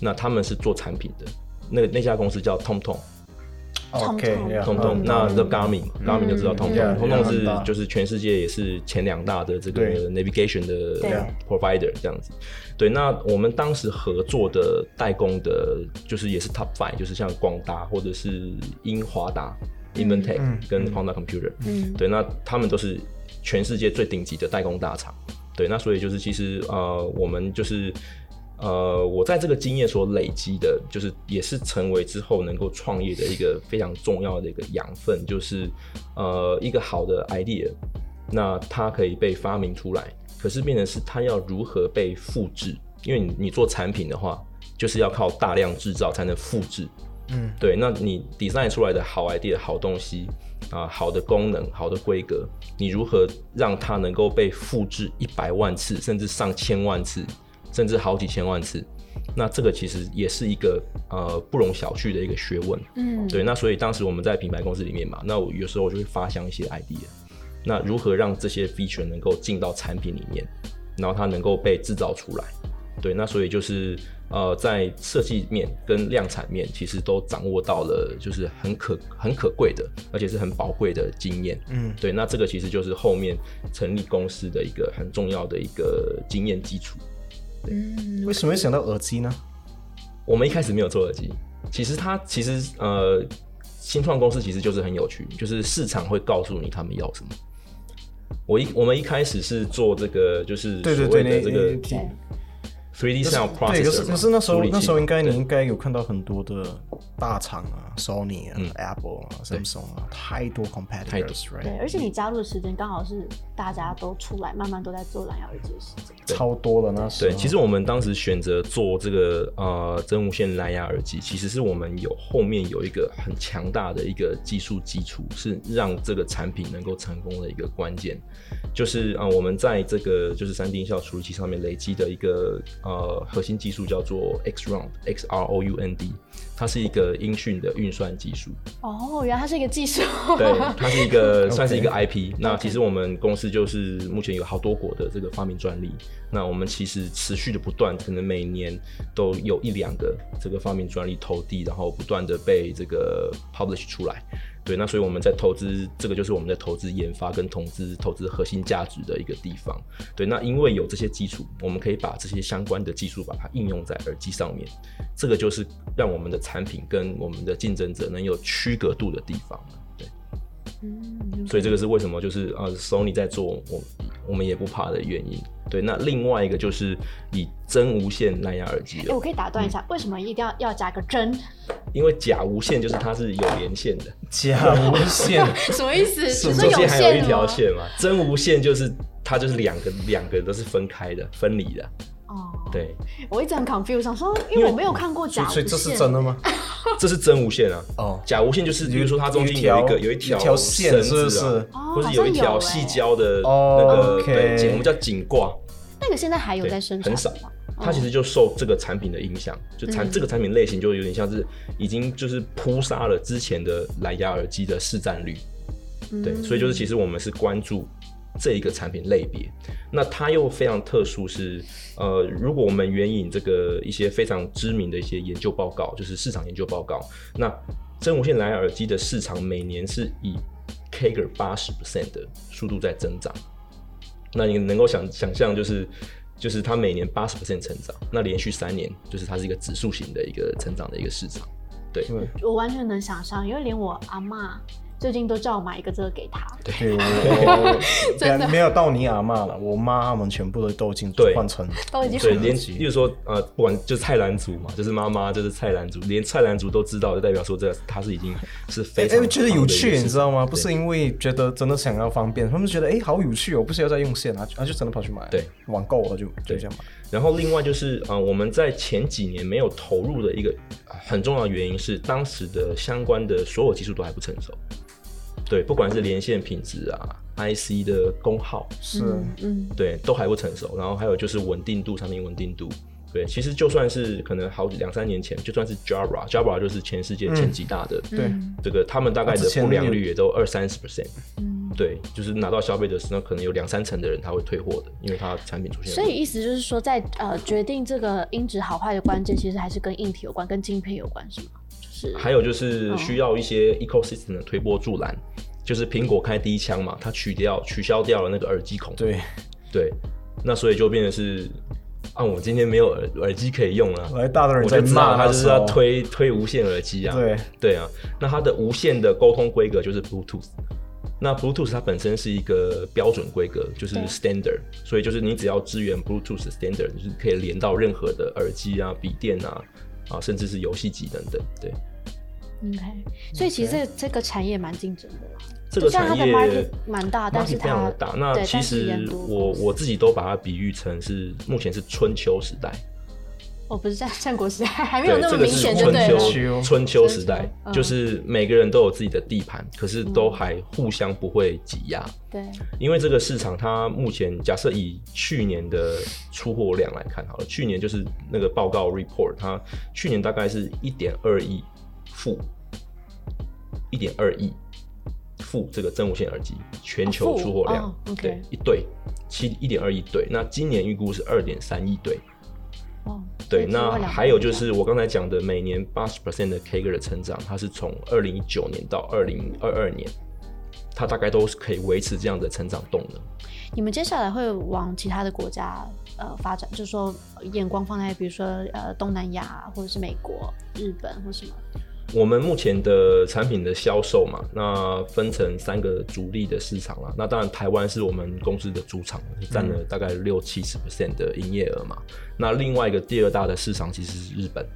B: 那他们是做产品的，那那家公司叫 TomTom，
A: 通通
C: OK，yeah，
B: 通通
C: 嗯，
B: 那
C: 嗯
B: 这 Garmin Garmin 就知道通
C: 嗯
B: 通，通通
C: 嗯
B: 是
C: 嗯
B: 就是全世界也是前两大的这
C: 对
B: 个 navigation 的
A: 对
B: provider 这样子。对，那我们当时合作的代工的，就是也是 top five，就是像广达或者是英华达、Inventec
C: 嗯
B: 跟 Honda Computer，
A: 嗯，
B: 对，那他们都是全世界最顶级的代工大厂。对，那所以就是其实呃，我们就是呃，我在这个经验所累积的，就是也是成为之后能够创业的一个非常重要的一个养分，就是呃，一个好的 idea，那它可以被发明出来，可是变成是它要如何被复制，因为你你做产品的话，就是要靠大量制造才能复制。
C: 嗯
B: 对，那你 design 出来的好 idea、好东西啊、好的功能、好的规格，你如何让它能够被复制一百万次，甚至上千万次，甚至好几千万次？那这个其实也是一个呃不容小觑的一个学问。
A: 嗯，
B: 对，那所以当时我们在品牌公司里面嘛，那我有时候我就会发想一些 idea，那如何让这些 feature 能够进到产品里面，然后它能够被制造出来。对，那所以就是呃，在设计面跟量产面，其实都掌握到了，就是很可很可贵的，而且是很宝贵的经验。
C: 嗯
B: 对，那这个其实就是后面成立公司的一个很重要的一个经验基础。
A: 嗯，
C: 为什么会想到耳机呢？
B: 我们一开始没有做耳机，其实它其实呃，新创公司其实就是很有趣，就是市场会告诉你他们要什么。我一我们一开始是做这个，就是
C: 对对
B: 所谓
C: 对，
B: 的
C: 你
B: 这
C: 你
B: 个
C: 提
B: 3D
C: 就是
B: sound
C: 对，可
B: processor
C: 是
B: 嘛
C: 可是那时候
B: 处理器
C: 那时候应该你应该有看到很多的大厂啊，Sony 啊、
B: 嗯
C: Apple 啊、Samsung 啊，太多 competitors，right？
A: 对，而且你加入的时间刚好是大家都出来，慢慢都在做蓝牙耳机的时间。
B: 对
C: 超多了那时候。嗯
B: 对，其实我们当时选择做这个呃真无线蓝牙耳机，其实是我们有后面有一个很强大的一个技术基础，是让这个产品能够成功的一个关键。就是啊、呃我们在这个就是三 D 音效处理器上面累积的一个呃核心技术叫做 XRound X R O U N D，它是一个音讯的运算技术。
A: 哦，原来它是一个技术。
B: <laughs>
C: <laughs>
B: 对，它是一个
C: OK
B: 算是一个 IP。那其实我们公司就是目前有好多国的这个发明专利。那我们其实持续的不断，可能每年都有一两个这个发明专利投递，然后不断的被这个 publish 出来。对，那所以我们在投资这个就是我们在投资研发跟投资投资核心价值的一个地方。对，那因为有这些基础，我们可以把这些相关的技术把它应用在耳机上面，这个就是让我们的产品跟我们的竞争者能有区隔度的地方。对。
A: <laughs> 嗯，
B: 所以这个是为什么就是呃，Sony 在做，我我们也不怕的原因。对，那另外一个就是以真无线蓝牙耳机
A: 哎，
B: 了
A: 我，可以打断一下，
B: 嗯
A: 为什么一定要要加个真？
B: 因为假无线就是它是有连线的，
C: 假无
B: <laughs>
C: 线，
E: 什么意思？
C: 什
E: 你
C: 么
E: 说
B: 中
E: 有
B: 间还有一
E: 线
B: 条
E: 吗？
B: 线嘛，真无线就是它就是两个两个都是分开的、分离的。
A: 哦，
B: 对，
A: 我一直很 confused，想说，因为我没有看过
C: 所
A: 假
C: 以
A: 无
C: 所
A: 线，
C: 以这是真的吗？
B: 这是真无线啊。
C: 哦，
B: 假无线就是，比如说它中间有
C: 有一
B: 一
C: 条
B: 个有一条
C: 一条线
B: 绳子啊
C: 是不是
A: 哦
B: 或是有一
A: 好
B: 条
A: 像有欸
B: 细胶的
C: 哦
B: 那个
C: OK
B: 对，紧我们叫紧挂。
A: 那个现在还有
B: 对，
A: 在生产
B: 很少
A: 吗？。
B: 它其实就受这个产品的影响，就产、这个产品类型就有点像是已经就是扑杀
A: 嗯
B: 了之前的蓝牙耳机的市占率，对，所以就是其实我们是关注这一个产品类别。那它又非常特殊是，呃，如果我们援引这个一些非常知名的一些研究报告，就是市场研究报告，那真无线蓝牙耳机的市场每年是以 CAGR 八十 percent 的速度在增长。那你能够想想象，就是就是它每年八十 percent 成长，那连续三年就是它是一个指数型的一个成长的一个市场。对
A: 我完全能想象，因为连我阿嬷最近都叫我买一个这个给她。
C: 对，
B: <laughs>
C: 我我没有到你阿妈了，我妈他们全部都已经
B: 对
C: 换成
A: 都已经
B: 所以
A: 很
B: 连，例如说，呃，不管就是菜篮族嘛，就是妈妈，就是菜篮族，连菜篮族都知道，就代表说这个它是已经是非常
C: 哎、觉得有趣，你知道吗？不是
B: 对
C: 因为觉得真的想要方便，他们觉得哎、好有趣哦，不需要再用线啊，啊就真的跑去买，
B: 对，
C: 网购了就就
B: 对
C: 这样买。
B: 然后另外就是，呃，我们在前几年没有投入的一个呃很重要的原因是，当时的相关的所有技术都还不成熟。对，不管是连线品质啊，IC 的功耗，
C: 是，
A: 嗯，
B: 对，都还不成熟。然后还有就是稳定度，产品稳定度。对，其实就算是可能好几两三年前，就算是 Jabra，Jabra 就是全世界
C: 嗯
B: 前几大的，
C: 对，
B: 这个他们大概
C: 啊
B: 的
C: 之前
B: 不良
C: 有
B: 率也都二三十 percent。对，
A: 嗯
B: 就是拿到消费者身上，可能有两三成的人他会退货的，因为他产品出现
A: 所
B: 问
A: 以
B: 题。
A: 意思就是说在，呃决定这个音质好坏的关键，其实还是跟硬体有关，跟晶片有关，是吗？就是
B: 还有就是需要一些 ecosystem 的推波助澜，就是苹果开第一枪嘛，它取掉取消掉了那个耳机孔，
C: 对，
B: 对，那所以就变成是，啊，我今天没有耳耳机可以用了，
C: 来大的人
B: 我
C: 在
B: 就知
C: 骂
B: 道他就是要
C: 那时候，
B: 推推无线耳机啊，
C: 对，
B: 对啊，那它的无线的沟通规格就是 Bluetooth。那 Bluetooth 它本身是一个标准规格，就是
A: 对
B: standard，所以就是你只要支援 Bluetooth 的 standard，就是可以连到任何的耳机啊、笔电啊、啊，甚至是游戏机等等。对，嗯
A: OK，所以其实这这个产业蛮竞争的啦。
B: 这个
A: 虽然
B: 产
A: 它的
B: 业
A: market 蛮大但是
B: market 非常
A: 它
B: 的大。那
A: 对
B: 其
A: 但是也很
B: 实
A: 多
B: 我
A: 公司
B: 我自己都把它比喻成是目前是春秋时代，
A: 我哦不是在战国时代，还没有
B: 对，
A: 那
B: 这
A: 么
B: 个
A: 明
B: 是
A: 显，就
B: 春
A: 对了。
B: 秋春秋时代
A: 春秋，嗯
B: 就是每个人都有自己的地盘，可是都还互相不会挤压。
A: 对，
B: 因为这个市场，它目前假设以去年的出货量来看好了，去年就是那个报告 report，它去年大概是一点二亿负，一点二亿负这个真无线耳机全
A: 啊
B: 球
A: 负
B: 出货量，
A: 哦，OK
B: 对一对七一点二亿对，那今年预估是二点三亿对。
A: 哦，所
B: 对，
A: 以只
B: 那
A: 有两
B: 还有
A: 个
B: 就
A: 国家
B: 是我刚才讲的，每年八十 percent 的 K 歌的成长，它是从二零一九年到二零二二年，它大概都是可以维持这样的成长动能。
A: 你们接下来会往其他的国家呃发展，就是说呃眼光放在比如说呃东南亚或者是美国、日本或什么。
B: 我们目前的产品的销售嘛，那分成三个主力的市场啦。那当然，台湾是我们公司的主场，占
C: 嗯
B: 了大概六七十 percent 的营业额嘛。那另外一个第二大的市场其实是日本，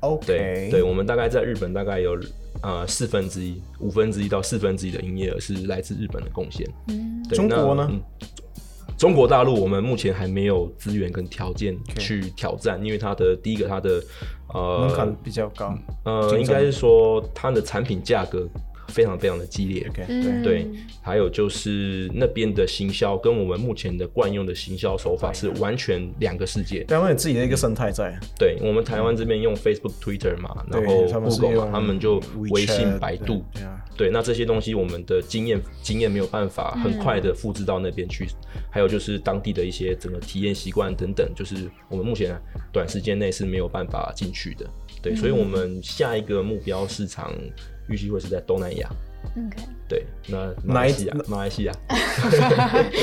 B: 对
C: OK，
B: 对，我们大概在日本大概有呃四分之一、五分之一到四分之一的营业额是来自日本的贡献。
A: 嗯，
B: 对
C: 中国呢？
B: 那嗯中国大陆我们目前还没有资源跟条件去挑战，因为它的第一个它的呃
C: 门槛比较高
B: 呃，
C: 竞
B: 应
C: 争
B: 该是说它的产品价格非常非常的激烈。
C: ，OK，
A: 嗯
C: 对，
B: 对，还有就是那边的行销跟我们目前的惯用的行销手法是完全两个世界。
C: 台湾有自己的一个生态在，
B: 对我们台湾这边用 Facebook、Twitter 嘛，然
C: 对
B: 后
C: 他们是
B: Google 嘛，
C: 用
B: 他们就
C: WeChat，
B: 微信、百度，
C: 对啊
B: 对，那这些东西我们的经验经验没有办法很快
A: 嗯
B: 的复制到那边去，还有就是当地的一些整个体验习惯等等，就是我们目前短时间内是没有办法进去的。对，所以
A: 嗯
B: 我们下一个目标市场预计会是在东南亚。
A: OK， <laughs>
B: 对，那马来西亚
C: 哪，
B: 马来西亚，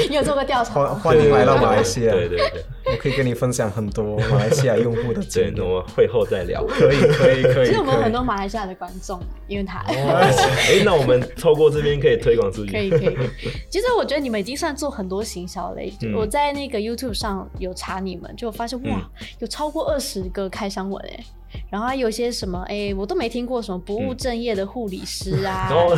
A: 你有做过调查
C: 欢
B: <laughs>
A: 吗？
C: 欢迎来到马来西亚，
B: 对对对
C: 我可以跟你分享很多马来西亚用户的经
B: 对，
C: 验
B: 那，我会后再聊。
C: 可以可以可以，
A: 其实我们有
C: 可以
A: 很多马来西亚的观众，因为他。
B: 哦， <laughs> 哎，那我们透过这边可以推广出去。
A: 可以可以，其实我觉得你们已经算做很多行销了。
B: 嗯
A: 我在那个 YouTube 上有查你们，就发现哇，有超过二十个开箱文哎。然后还有一些什么哎，我都没听过什么不务正业的护理师啊，
B: 嗯 <laughs> 哦
A: 然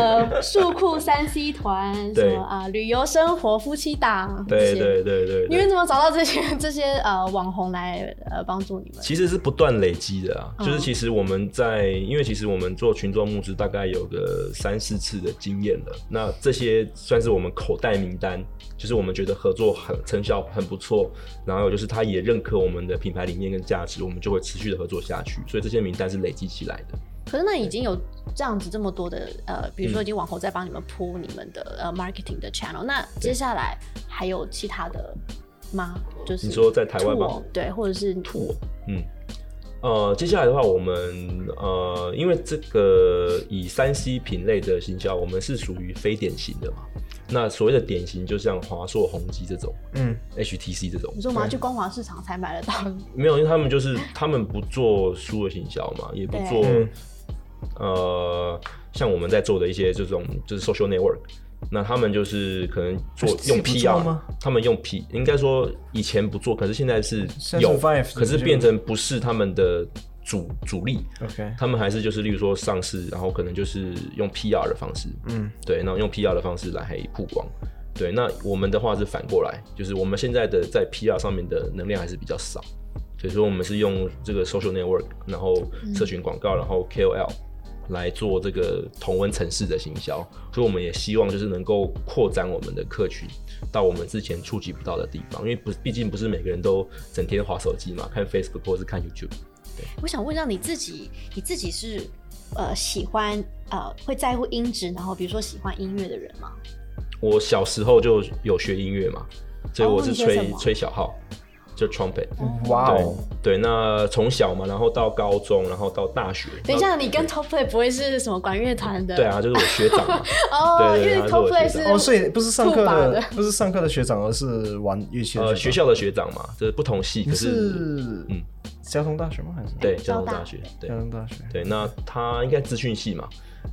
A: 后呃树库三 C 团什
B: 对
A: 么啊、旅游生活夫妻档这
B: 对
A: 些，
B: 对对对
A: 你们
B: 对，
A: 怎么找到这些这些呃网红来呃帮助你们？
B: 其实是不断累积的啊。
A: 嗯
B: 就是其实我们在，因为其实我们做群众募资大概有个三四次的经验了。那这些算是我们口袋名单，就是我们觉得合作很成效很不错，然后就是他也认可我们的品牌理念跟价值，我们就会持续的合作下去。所以这些名单是累积起来的。
D: 可是那已经有这样子这么多的呃，比如
B: 嗯
D: 说已经网红在帮你们铺你们的、呃 marketing 的 channel，那接下来还有其他的吗？就是
B: 你说在台湾吗
D: tour，对，或者是
B: 吐，嗯，呃，接下来的话，我们呃，因为这个以三 C 品类的行销，我们是属于非典型的嘛。那所谓的典型，就像华硕、宏基这种
C: 嗯，
B: HTC 这种
D: 你，说我们要去光华市场才买得到， <laughs>
B: 没有，因为他们就是他们不做数位行销嘛，也不
D: 对
B: 做
C: 嗯
B: 呃，像我们在做的一些这种就是 social network，那他们就是可能做
C: 自己
B: 用
C: 不做
B: PR
C: 吗
B: 他们用 P，应该说以前不做，可是现在是
C: 现在
B: 有，
C: 是 Vive，
B: 可是
C: 就
B: 变成不是他们的主主力，
C: ，OK，
B: 他们还是就是例如说上市，然后可能就是用 PR 的方式，
C: 嗯
B: 对，那用 PR 的方式来曝光。对，那我们的话是反过来，就是我们现在的在 PR 上面的能量还是比较少，所以说我们是用这个 social network，然后
D: 嗯
B: 社群广告，然后 KOL 来做这个同温城市的行销，所以我们也希望就是能够扩展我们的客群到我们之前触及不到的地方，因为不，毕竟不是每个人都整天划手机嘛，看 Facebook 或是看 YouTube。
D: 我想问一下你自己，你自己是呃喜欢呃会在乎音质，然后比如说喜欢音乐的人吗？
B: 我小时候就有学音乐嘛，所以
D: 哦
B: 我是
D: 你学
B: 吹、
D: 什么
B: 吹小号，就 trumpet。
C: 哇
B: 对
C: 哦，
B: 对，那从小嘛，然后到高中，然后到大学。
D: 等一下，你跟 Top Play 不会是什么管乐团的？
B: 对啊，就是我学长嘛。
D: 哦，
B: 对
D: 因
B: 对
D: 为
B: 对他是
D: Top
B: 我
D: Play
B: 学
D: 是
B: 长
C: 哦，所以不是上课
D: 兔
C: 的
D: 爸，
C: 不是上课的学长，而是玩乐器的
B: 呃，
C: <laughs> 学
B: 学
C: 长。
B: 校的学长嘛，就是不同系，可
C: 你
B: 是
C: 是嗯
B: 嗯
C: 交通大学吗？还是
B: 对交
D: 交
B: 通
D: 大
B: 大学，对
C: 交通大学？
B: 对，那他应该资讯系嘛，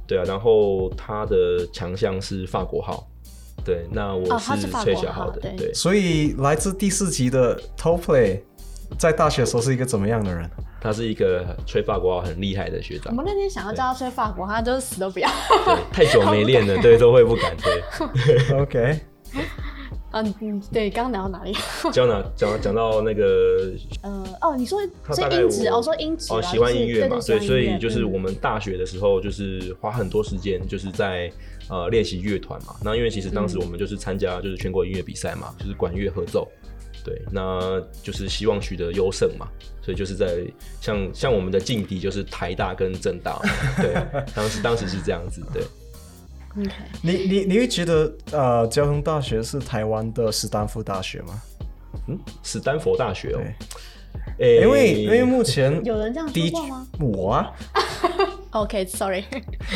B: 对啊，然后他的强项是法国号，对，那我
D: 哦他是法
B: 吹
D: 国
B: 小
D: 号
B: 的，
D: 对
B: 对，
C: 所以来自第四集的 Top Play，在大学的时候是一个怎么样
B: <laughs>
C: 的人？
B: 他是一个吹法国号很厉害的学
D: 我
B: 长，
D: 们那天想要叫他吹法国，他就是死都不要。
B: 对，太久没练了，对，都会不敢，对。 <laughs>
C: OK，
D: 嗯，嗯对，刚刚聊到哪里？
B: 讲到讲讲到那个
D: 呃，哦，你说
B: 他
D: 所
B: 大
D: 以
B: 概
D: 音质，
B: 我
D: 哦，说音质啊，
B: 哦，喜欢
D: 就是
B: 音乐嘛，
D: 对
B: 对，
D: 对，
B: 所
D: 喜欢音
B: 以
D: 乐
B: 就是
D: 嗯
B: 我们大学的时候，就是花很多时间就是在呃练习乐团嘛。那因为其实当
D: 嗯
B: 时我们就是参加就是全国音乐比赛嘛，就是管乐合奏，对，那就是希望取得优胜嘛。所以就是在像像我们的劲敌就是台大跟政大嘛，
D: <laughs>
B: 对，当时当时是这样子，对，
D: OK，
C: 你你你会觉得呃，交通大学是台湾的史丹福大学吗？
B: 嗯， <laughs> 史丹佛大学哦，哎
C: 对，
B: 诶
C: 因为因为目前
D: 有人这样说
C: 的
D: 过吗
C: 我啊，
D: <laughs> ？OK，Sorry，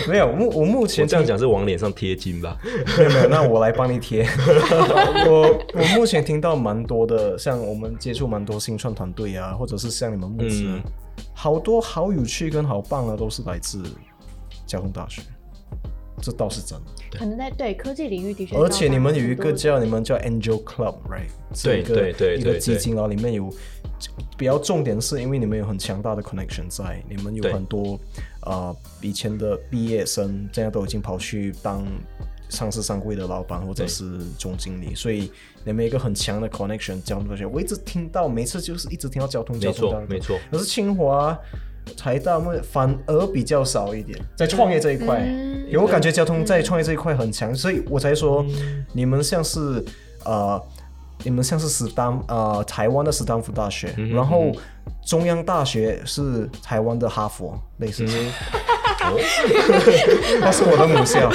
C: 没有目我目
B: 我
C: 前
B: 这样讲是往脸上贴金吧？
C: 没有没有，那我来帮你贴。 <laughs> 我我目前听到蛮多的，像我们接触蛮多新创团队啊，或者是像你们募资啊，好多好有趣跟好棒的都是来自交通大学，这倒是真的。
D: 可能在对科技领域的确，
C: 而且你们有一个叫你们叫 Angel Club，right？
B: 对
C: 是一个
B: 对对
C: 一个
B: 对
C: 基金，然啊后里面有。比较重点是因为你们有很强大的 connection 在，你们有
B: 对
C: 很多啊、呃以前的毕业生，现在都已经跑去当上市商会的老板或者
B: 对
C: 是总经理，所以你们有一个很强的 connection 交通大学。我一直听到，每次就是一直听到交通交
B: 没
C: 通
B: 错
C: 交，
B: 没
C: 通。
B: 错。
C: 可是清华、台大嘛反而比较少一点，在创业这一块，
D: 嗯
C: 因为我感觉交通在创业这一块很强，所以我才说你们像是呃。你们像是史丹呃台湾的斯坦福大学，然后中央大学是台湾的哈佛，类似这 <laughs> 样，
B: 哦
C: 那是我的母校。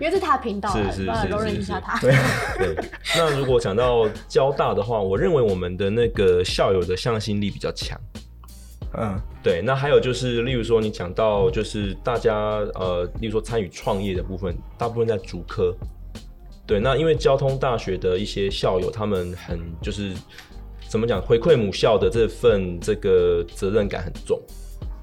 D: 因为这是他的频道啊，
B: 是是
D: 不然
B: 是
D: 容忍
B: 是
D: 一下
B: 是
D: 他。
B: <laughs>
C: 对，
B: 对，那如果讲到交大的话，我认为我们的那个校友的向心力比较强。
D: 啊
C: 嗯，
B: 对，那还有就是，例如说你讲到就是大家呃，例如说参与创业的部分，大部分在竹科。对，那因为交通大学的一些校友，他们很就是怎么讲，回馈母校的这份这个责任感很重。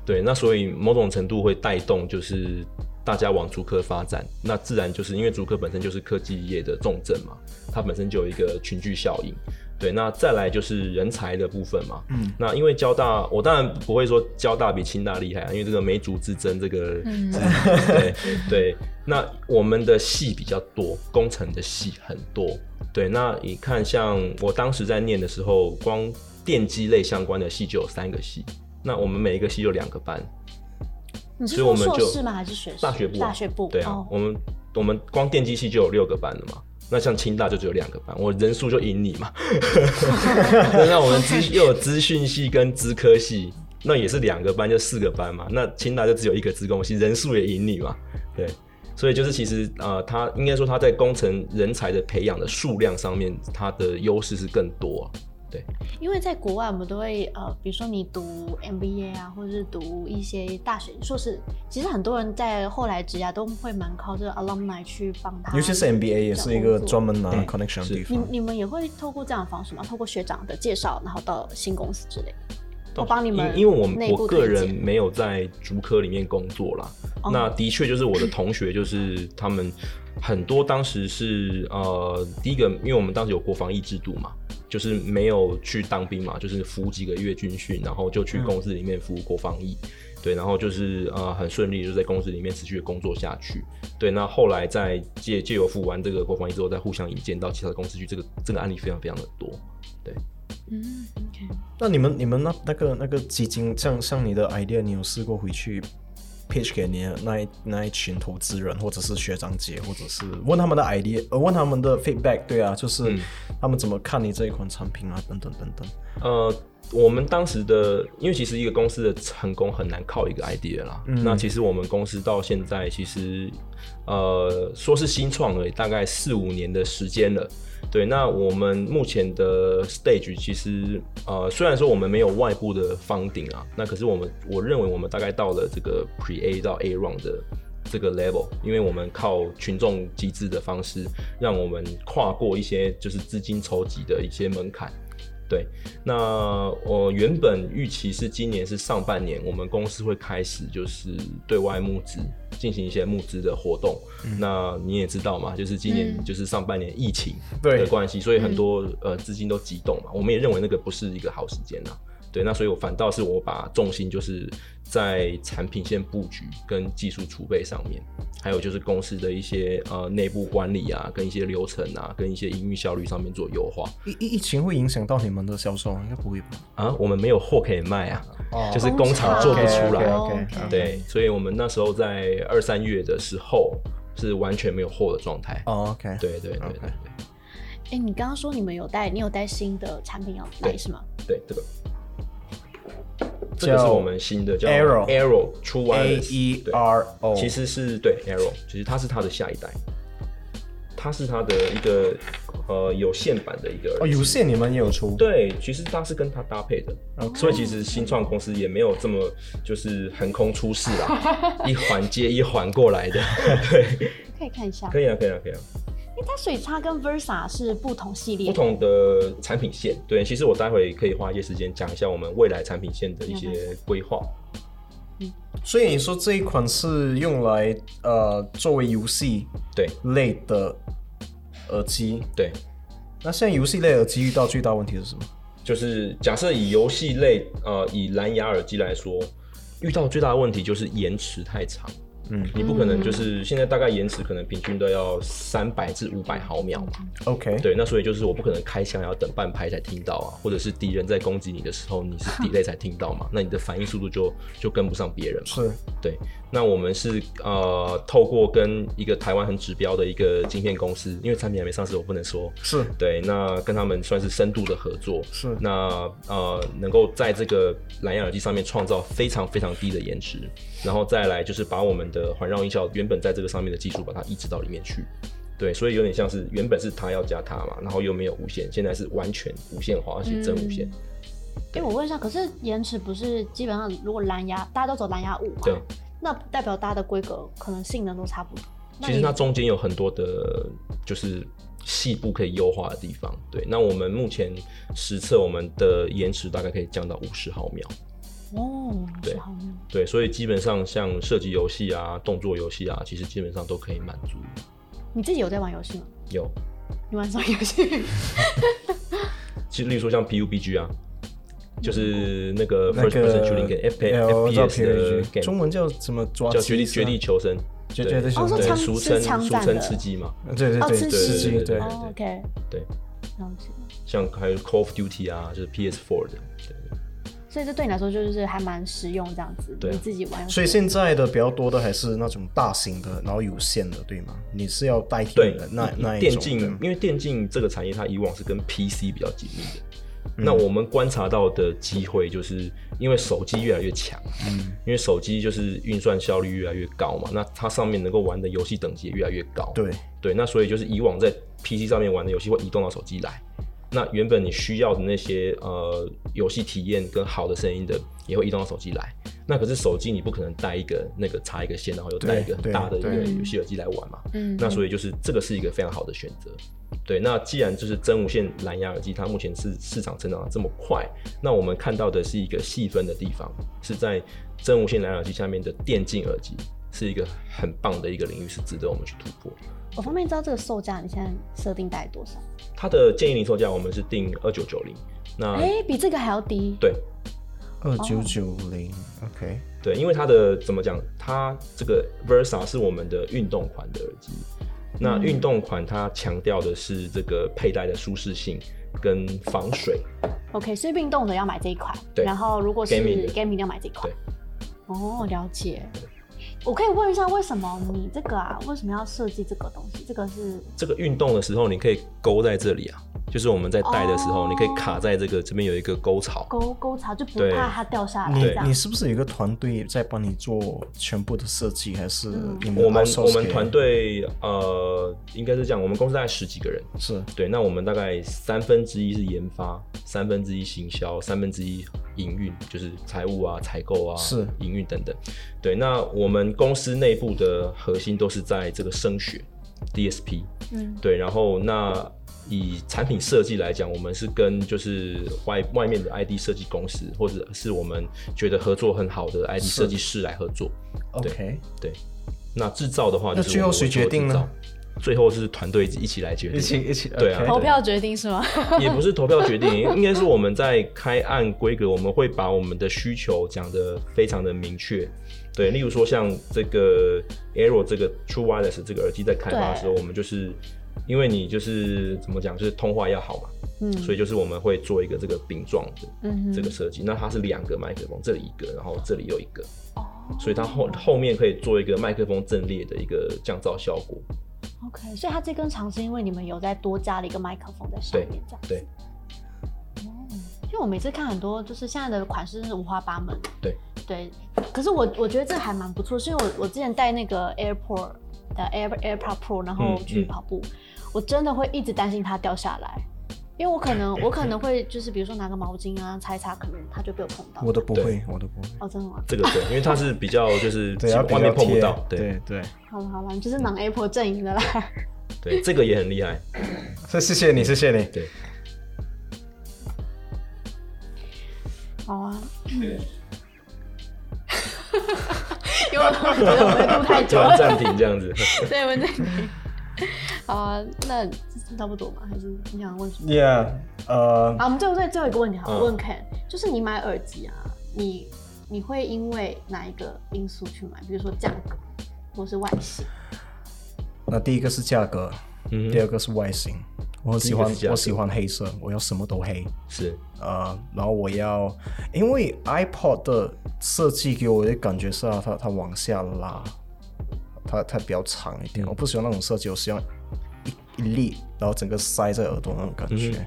B: 对，那所以某种程度会带动就是大家往竹科发展，那自然就是因为竹科本身就是科技业的重镇嘛，它本身就有一个群聚效应。对，那再来就是人才的部分嘛。嗯，那因为交大，我当然不会说交大比清大厉害、啊，因为这个梅竹之争，这个、对对。那我们的系比较多，工程的系很多。对，那你看，像我当时在念的时候，光电机类相关的系就有三个系，那我们每一个系就两个班，
D: 你是
B: 所以我
D: 说
B: 们
D: 硕
B: 就
D: 士吗？还是学士？
B: 大学部啊、
D: 大学部。
B: 对啊，
D: 哦
B: 我们我们光电机系就有六个班了嘛。那像清大就只有两个班，我
D: <laughs>
B: 人数就赢你嘛。对那我们资又有资讯系跟资科系，那也是两个班就四个班嘛，那清大就只有一个资工系，人数也赢你嘛，对，所以就是其实呃，他应该说他在工程人才的培养的数量上面，他的优势是更多、啊，对，
D: 因为在国外，我们都会呃，比如说你读 MBA 啊，或者是读一些大学硕士，其实很多人在后来职涯都会蛮靠这个 alumni 去帮他。
C: 尤其是 MBA 也是一
D: 找
C: 个
D: 工作
C: 专门拿
B: 对
C: connection 的
B: 是
C: 地
D: 你
C: 方。
D: 你们也会透过这样的方式吗？透过学长的介绍，然后到新公司之类的。
B: 到
D: 我帮你们
B: 哦因因为我们
D: 内部
B: 我个
D: 推荐
B: 人没有在竹科里面工作啦，
D: 哦
B: 那的确就是我的同学，就是他们很多当时是呃，第一个，因为我们当时有国防役制度嘛，就是没有去当兵嘛，就是服几个月军训，然后就去公司里面服国防役。对，然后就是呃很顺利，就在公司里面持续地工作下去。对，那后来在借借由服完这个国防役之后，再互相引荐到其他公司去，这个这个案例非常非常的多。
D: 嗯，OK，
C: 那你们你们那那个那个基金，像像你的 idea，你有试过回去 pitch 给你的那一那一群投资人，或者是学长姐，或者是问他们的 idea，呃，问他们的 feedback，对啊，就是
B: 嗯
C: 他们怎么看你这一款产品啊，等等等等。
B: 呃，我们当时的，因为其实一个公司的成功很难靠一个 idea 啦。
C: 嗯
B: 那其实我们公司到现在其实，呃，说是新创而已，大概四五年的时间了。对，那我们目前的 stage 其实，呃，虽然说我们没有外部的 funding 啊，那可是我们我认为我们大概到了这个 pre A 到 A round 的这个 level，因为我们靠群众集资的方式，让我们跨过一些就是资金筹集的一些门槛。对，那我原本预期是今年是上半年，我们公司会开始就是对外募资，进行一些募资的活动。那你也知道嘛，就是今年
D: 嗯
B: 就是上半年疫情
C: 对嗯
B: 的关系，所以很多、呃资金都急冻嘛。我们也认为那个不是一个好时间呐。对，那所以我反倒是我把重心就是在产品线布局跟技术储备上面，还有就是公司的一些呃内部管理啊，跟一些流程啊，跟一些营运效率上面做优化。
C: 疫疫疫情会影响到你们的销售吗？应该不会吧？
B: 啊，我们没有货可以卖啊，
C: 哦
B: 就是工厂做不出来。
C: OK，OK，OK，
D: 哦
B: 对，所以我们那时候在二三月的时候是完全没有货的状态。
C: 哦，OK，
B: 对对对对
C: OK
B: 对
D: 哎，你刚刚说你们有带，你有带新的产品要来
B: 对
D: 是吗？
B: 对，这个这个是我们新的叫
C: Arrow
B: Arrow 出完
C: ，A E R O，
B: 其实是对 Arrow，其实它是它的下一代，它是它的一个呃有线版的一个耳
C: 哦，
B: 机
C: 有线你们也有出，
B: 对，其实它是跟它搭配的
C: OK
B: 所以其实新创公司也没有这么就是横空出世啦，
C: <laughs>
B: 一环接一环过来的。 <laughs> 对，
D: 可以看一下。
B: 可以啊，可以啊，可以啊。
D: 哎，它所以它跟 Versa 是不同系列
B: 不
D: 的，
B: 同的产品线，对，其实我待会可以花一些时间讲一下我们未来产品线的一些规划。
C: 所以你说这一款是用来呃作为游戏
B: 对，
C: 类的耳机，
B: 对，
C: 那现在游戏类耳机遇到最大问题是什么？
B: 就是假设以游戏类，呃，以蓝牙耳机来说，遇到最大的问题就是延迟太长。
C: 嗯
B: 你不可能就是现在大概延迟可能平均都要三百至五百毫秒，
C: ，OK，
B: 对，那所以就是我不可能开箱要等半拍才听到啊，或者是敌人在攻击你的时候，你是 delay 才听到嘛，那你的反应速度就就跟不上别人嘛。
C: 是
B: 对，那我们是呃透过跟一个台湾很指标的一个晶片公司，因为产品还没上市，我不能说。
C: 是
B: 对，那跟他们算是深度的合作，
C: 是
B: 那呃能够在这个蓝牙耳机上面创造非常非常低的延迟，然后再来就是把我们的环绕音效原本在这个上面的技术把它移植到里面去。对，所以有点像是原本是它要加它嘛，然后又没有无线，现在是完全无线化，而且真无线。
D: 哎，我问一下，可是延迟不是基本上如果蓝牙大家都走蓝牙五嘛，
B: 对，
D: 那代表大家的规格可能性能都差不多。那
B: 其实
D: 你
B: 它中间有很多的，就是细部可以优化的地方。对，那我们目前实测我们的延迟大概可以降到五十毫秒。
D: 哦，
B: 对
D: 是好妙。
B: 对，所以基本上像射击游戏啊、动作游戏啊，其实基本上都可以满足。
D: 你自己有在玩游戏吗？
B: 有，
D: 你玩什么游戏？
B: 其实例如说像 PUBG 啊，
D: 嗯
B: 就是那个
C: 那
B: First Person
C: 个呃
B: Shooting Game F P
C: 有
B: F P
C: 照
B: S
C: 片
B: 的
C: 的
B: game，
C: 中文叫什么？抓啊
B: 叫绝地
C: 鸡
B: 绝地求生，
C: 绝
B: 对
C: 绝地求生
D: 哦是
B: 对，
D: 枪
B: 俗
D: 是
B: 称
D: 枪
B: 俗
D: 战
B: 称
D: 的
B: 吃鸡嘛，
C: 呃对
A: 哦
C: 对
D: 吃
C: 对，吃
D: 鸡
C: 鸡对
B: 对
D: 哦 OK，
B: 对，
D: 了解。
B: 像还有 Call of Duty 啊，就是 P S 4的，对
D: 所以这对你来说就是还蛮实用这样子，
B: 对啊
D: 你自己玩游戏。
C: 所以现在的比较多的还是那种大型的，然后有线的，对吗？你是要代替
B: 对
C: 的那
B: 以
C: 那一
B: 电
C: 种
B: 竞，
C: 对吗
B: 因为电竞这个产业它以往是跟 PC 比较紧密的，
C: 嗯
B: 那我们观察到的机会，就是因为手机越来越强，嗯，因为手机就是运算效率越来越高嘛，那它上面能够玩的游戏等级也越来越高，
C: 对，
B: 对，那所以就是以往在 PC 上面玩的游戏会移动到手机来，那原本你需要的那些呃游戏体验跟好的声音的也会移动到手机来，那可是手机你不可能带一个那个插一个线，然后又带一个
C: 对
B: 很大的一个
C: 对
B: 游戏耳机来玩嘛，
A: 嗯，
B: 那所以就是这个是一个非常好的选择。对，那既然就是真无线蓝牙耳机，它目前是市场成长的这么快，那我们看到的是一个细分的地方，是在真无线蓝牙耳机下面的电竞耳机，是一个很棒的一个领域，是值得我们去突破。
A: 我方便知道这个售价你现在设定大概多少？
B: 它的建议零售价我们是定二九九零，那、
A: 哎、比这个还要低。
B: 啊对
C: 二九九零，OK，
B: 对，因为它的怎么讲，它这个 Versa 是我们的运动款的耳机，那
A: 嗯
B: 运动款它强调的是这个佩戴的舒适性跟防水，
A: OK，所以运动的要买这一款，
B: 对
A: 然后如果是
B: Gaming 的
A: gaming 要买这一款
B: 对。
A: 哦，了解。我可以问一下，为什么你这个啊，为什么要设计这个东西？这个是
B: 这个运动的时候，你可以勾在这里啊，就是我们在戴的时候，
A: 哦
B: 你可以卡在这个这边有一个沟槽。
A: 沟沟槽，就不
B: 对
A: 怕它掉下来这
C: 你
A: 样
C: 你。是不是有一个团队在帮你做全部的设计，还是你们
B: 我们
C: outsource
B: 我们
C: 给
B: 团队呃，应该是这样，我们公司大概十几个人，
C: 是
B: 对，那我们大概三分之一是研发，三分之一行销，三分之一营运，就是财务啊、采购啊、
C: 是
B: 营运等等。对，那我们公司内部的核心都是在这个声学 DSP，
A: 嗯，
B: 对，然后那以产品设计来讲，我们是跟就是外外面的 ID 设计公司，或者是我们觉得合作很好的 ID 设计师来合作。
C: OK，
B: 对，啊那制造的话，
C: 那最后谁决定呢？
B: 最后是团队一起来决定，
C: 一起
B: 对啊
A: 投票决定是吗？
B: 也不是投票决定，应该是我们在开案规格，我们会把我们的需求讲得非常的明确。对，例如说像这个 Aero 这个 True Wireless 这个耳机在开发的时候，我们就是因为你就是怎么讲，就是通话要好嘛，
A: 嗯
B: 所以就是我们会做一个这个饼状的
A: 嗯哼
B: 这个设计。那它是两个麦克风，这里一个，然后这里又一个，
A: 哦
B: 所以它后后面可以做一个麦克风阵列的一个降噪效果。
A: OK，所以它这根长是因为你们有再多加了一个麦克风在上面，这样。哦
B: 对
A: 因为我每次看很多，就是现在的款式是五花八门。
B: 对
A: 对，可是我我觉得这还蛮不错，是因为我我之前带那个 AirPod 的 Air AirPod Pro，然后
B: 嗯
A: 去
B: 嗯
A: 跑步，我真的会一直担心它掉下来，因为我可能我可能会就是比如说拿个毛巾啊擦一擦，可能它就被我碰到。
C: 我都不
B: 对
C: 会，我都不会。
A: 哦，真的吗？
B: 这个对，因为它是比较就是
C: 对，要比较
B: 外面碰不
C: 贴
B: 到，对
C: 对对。
A: 好了好了，你就是拿 AirPod 阵营的啦。
B: 对，这个也很厉害。
C: 所以谢谢你，谢谢你。
B: 对，
A: 好啊。 <laughs> 因为我觉得我们录太
B: 突
A: 久
B: 然
A: 了，
B: 暂停这样
C: <laughs>
B: 子。
A: 对，我们暂停。好啊，那差不多嘛？还是你想问什么？啊
C: Yeah，呃，
A: 好，我们最后最最后一个问题好了，
B: 嗯
A: 问 Ken，就是你买耳机啊，你你会因为哪一个因素去买？比如说价格，或是外形？
C: 那第一个是价格，
B: 嗯
C: 第二个是外形。我很喜
B: 第
C: 欢
B: 一个是价，格
C: 我喜欢黑色，我要什么都黑。
B: 是，
C: 呃，然后我要，因为 iPod 的设计给我的感觉是啊，它它往下拉，它它比较长一点。我不喜欢那种设计，我喜欢一一粒，然后整个塞在耳朵那种感觉。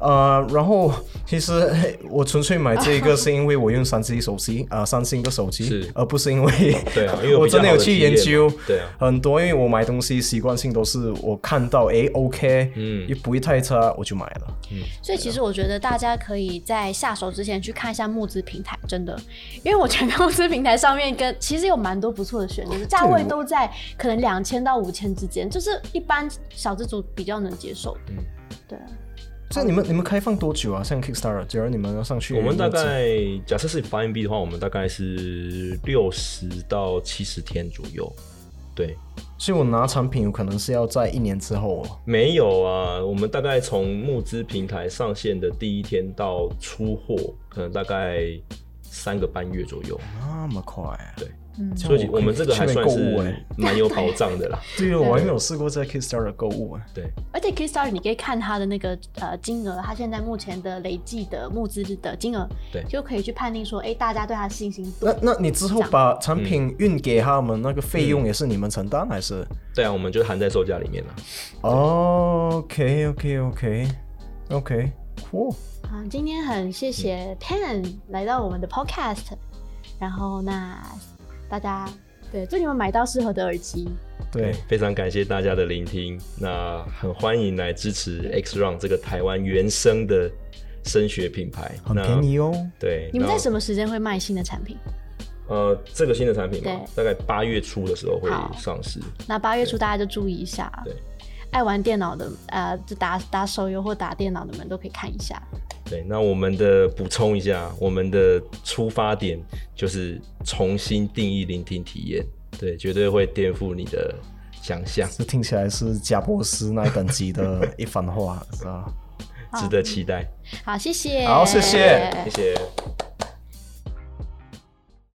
C: 呃，然后其实嘿我纯粹买这一个是因为我用三星手机啊、呃三星的手机
B: 是，
C: 而不是因为
B: 对
C: <laughs>
B: 啊因为有
C: 我
B: 比较
C: 真的
B: 好
C: 有
B: 的
C: 去
B: 体验
C: 研究
B: 嘛，对啊
C: 很多，因为我买东西习惯性都是我看到诶 OK，
B: 嗯
C: 也不会太差，我就买了。
A: 所以其实我觉得大家可以在下手之前去看一下募资平台，真的，因为我觉得募 <laughs> 资平台上面跟其实有蛮多不错的选
B: 哦
A: 择，价位都在可能两千到五千之间，就是一般小资族比较能接受的。
B: 嗯
A: 对啊，
C: 这你们你们开放多久啊？像 Kickstarter，假如你们要上去募
B: 我们
C: 资，
B: 大概假设是发硬币的话，我们大概是六十到七十天左右。对，
C: 所以我拿产品有可能是要在一年之后哦。
B: 没有啊，我们大概从募资平台上线的第一天到出货，可能大概三个半月左右。
C: 那么快？啊
B: 对，
A: 嗯
B: 所以我们这个还算
C: 去那边购物
B: 是
C: 欸
B: 蛮
C: <laughs>
B: 有保障的啦。
C: 对哦，我还没有试过在 Kickstarter 购物啊。
B: 对，
A: 而且 Kickstarter 你可以看它的那个呃金额，它现在目前的累计的募资的金额，
B: 对
A: 就可以去判定说，哎、大家对它信心度
C: 那。那你之后把产品运给他们，那个费用也是你们承担还是
B: 对啊，
C: 哦
B: 我们就含在售价里面了。
C: ？OK OK OK OK， Cool
A: 好，今天很谢谢 Pan 来到我们的 Podcast，然后那大家
F: 对，祝你们买到适合的耳机。
C: 对，
B: 哎非常感谢大家的聆听，那很欢迎来支持 X Run 这个台湾原生的声学品牌，
C: 很
B: 那
C: 便。宜哦。
B: 对，
A: 你们在
B: 那
A: 什么时间会卖新的产品？
B: 呃，这个新的产品嘛，大
A: 对
B: 概八月初的时候会
A: 好
B: 上市。
A: 那八月初大家就注意一下，
B: 对，
A: 爱玩电脑的呃，就打打手游或打电脑的们都可以看一下。
B: 对，那我们的补充一下，我们的出发点就是重新定义聆听体验，对，绝对会颠覆你的想象，
C: 这听起来是贾博士那等级的一番话，是吧？
A: 啊
B: 值得期待。
A: 好，谢谢，哎
C: 好谢谢
B: 谢谢。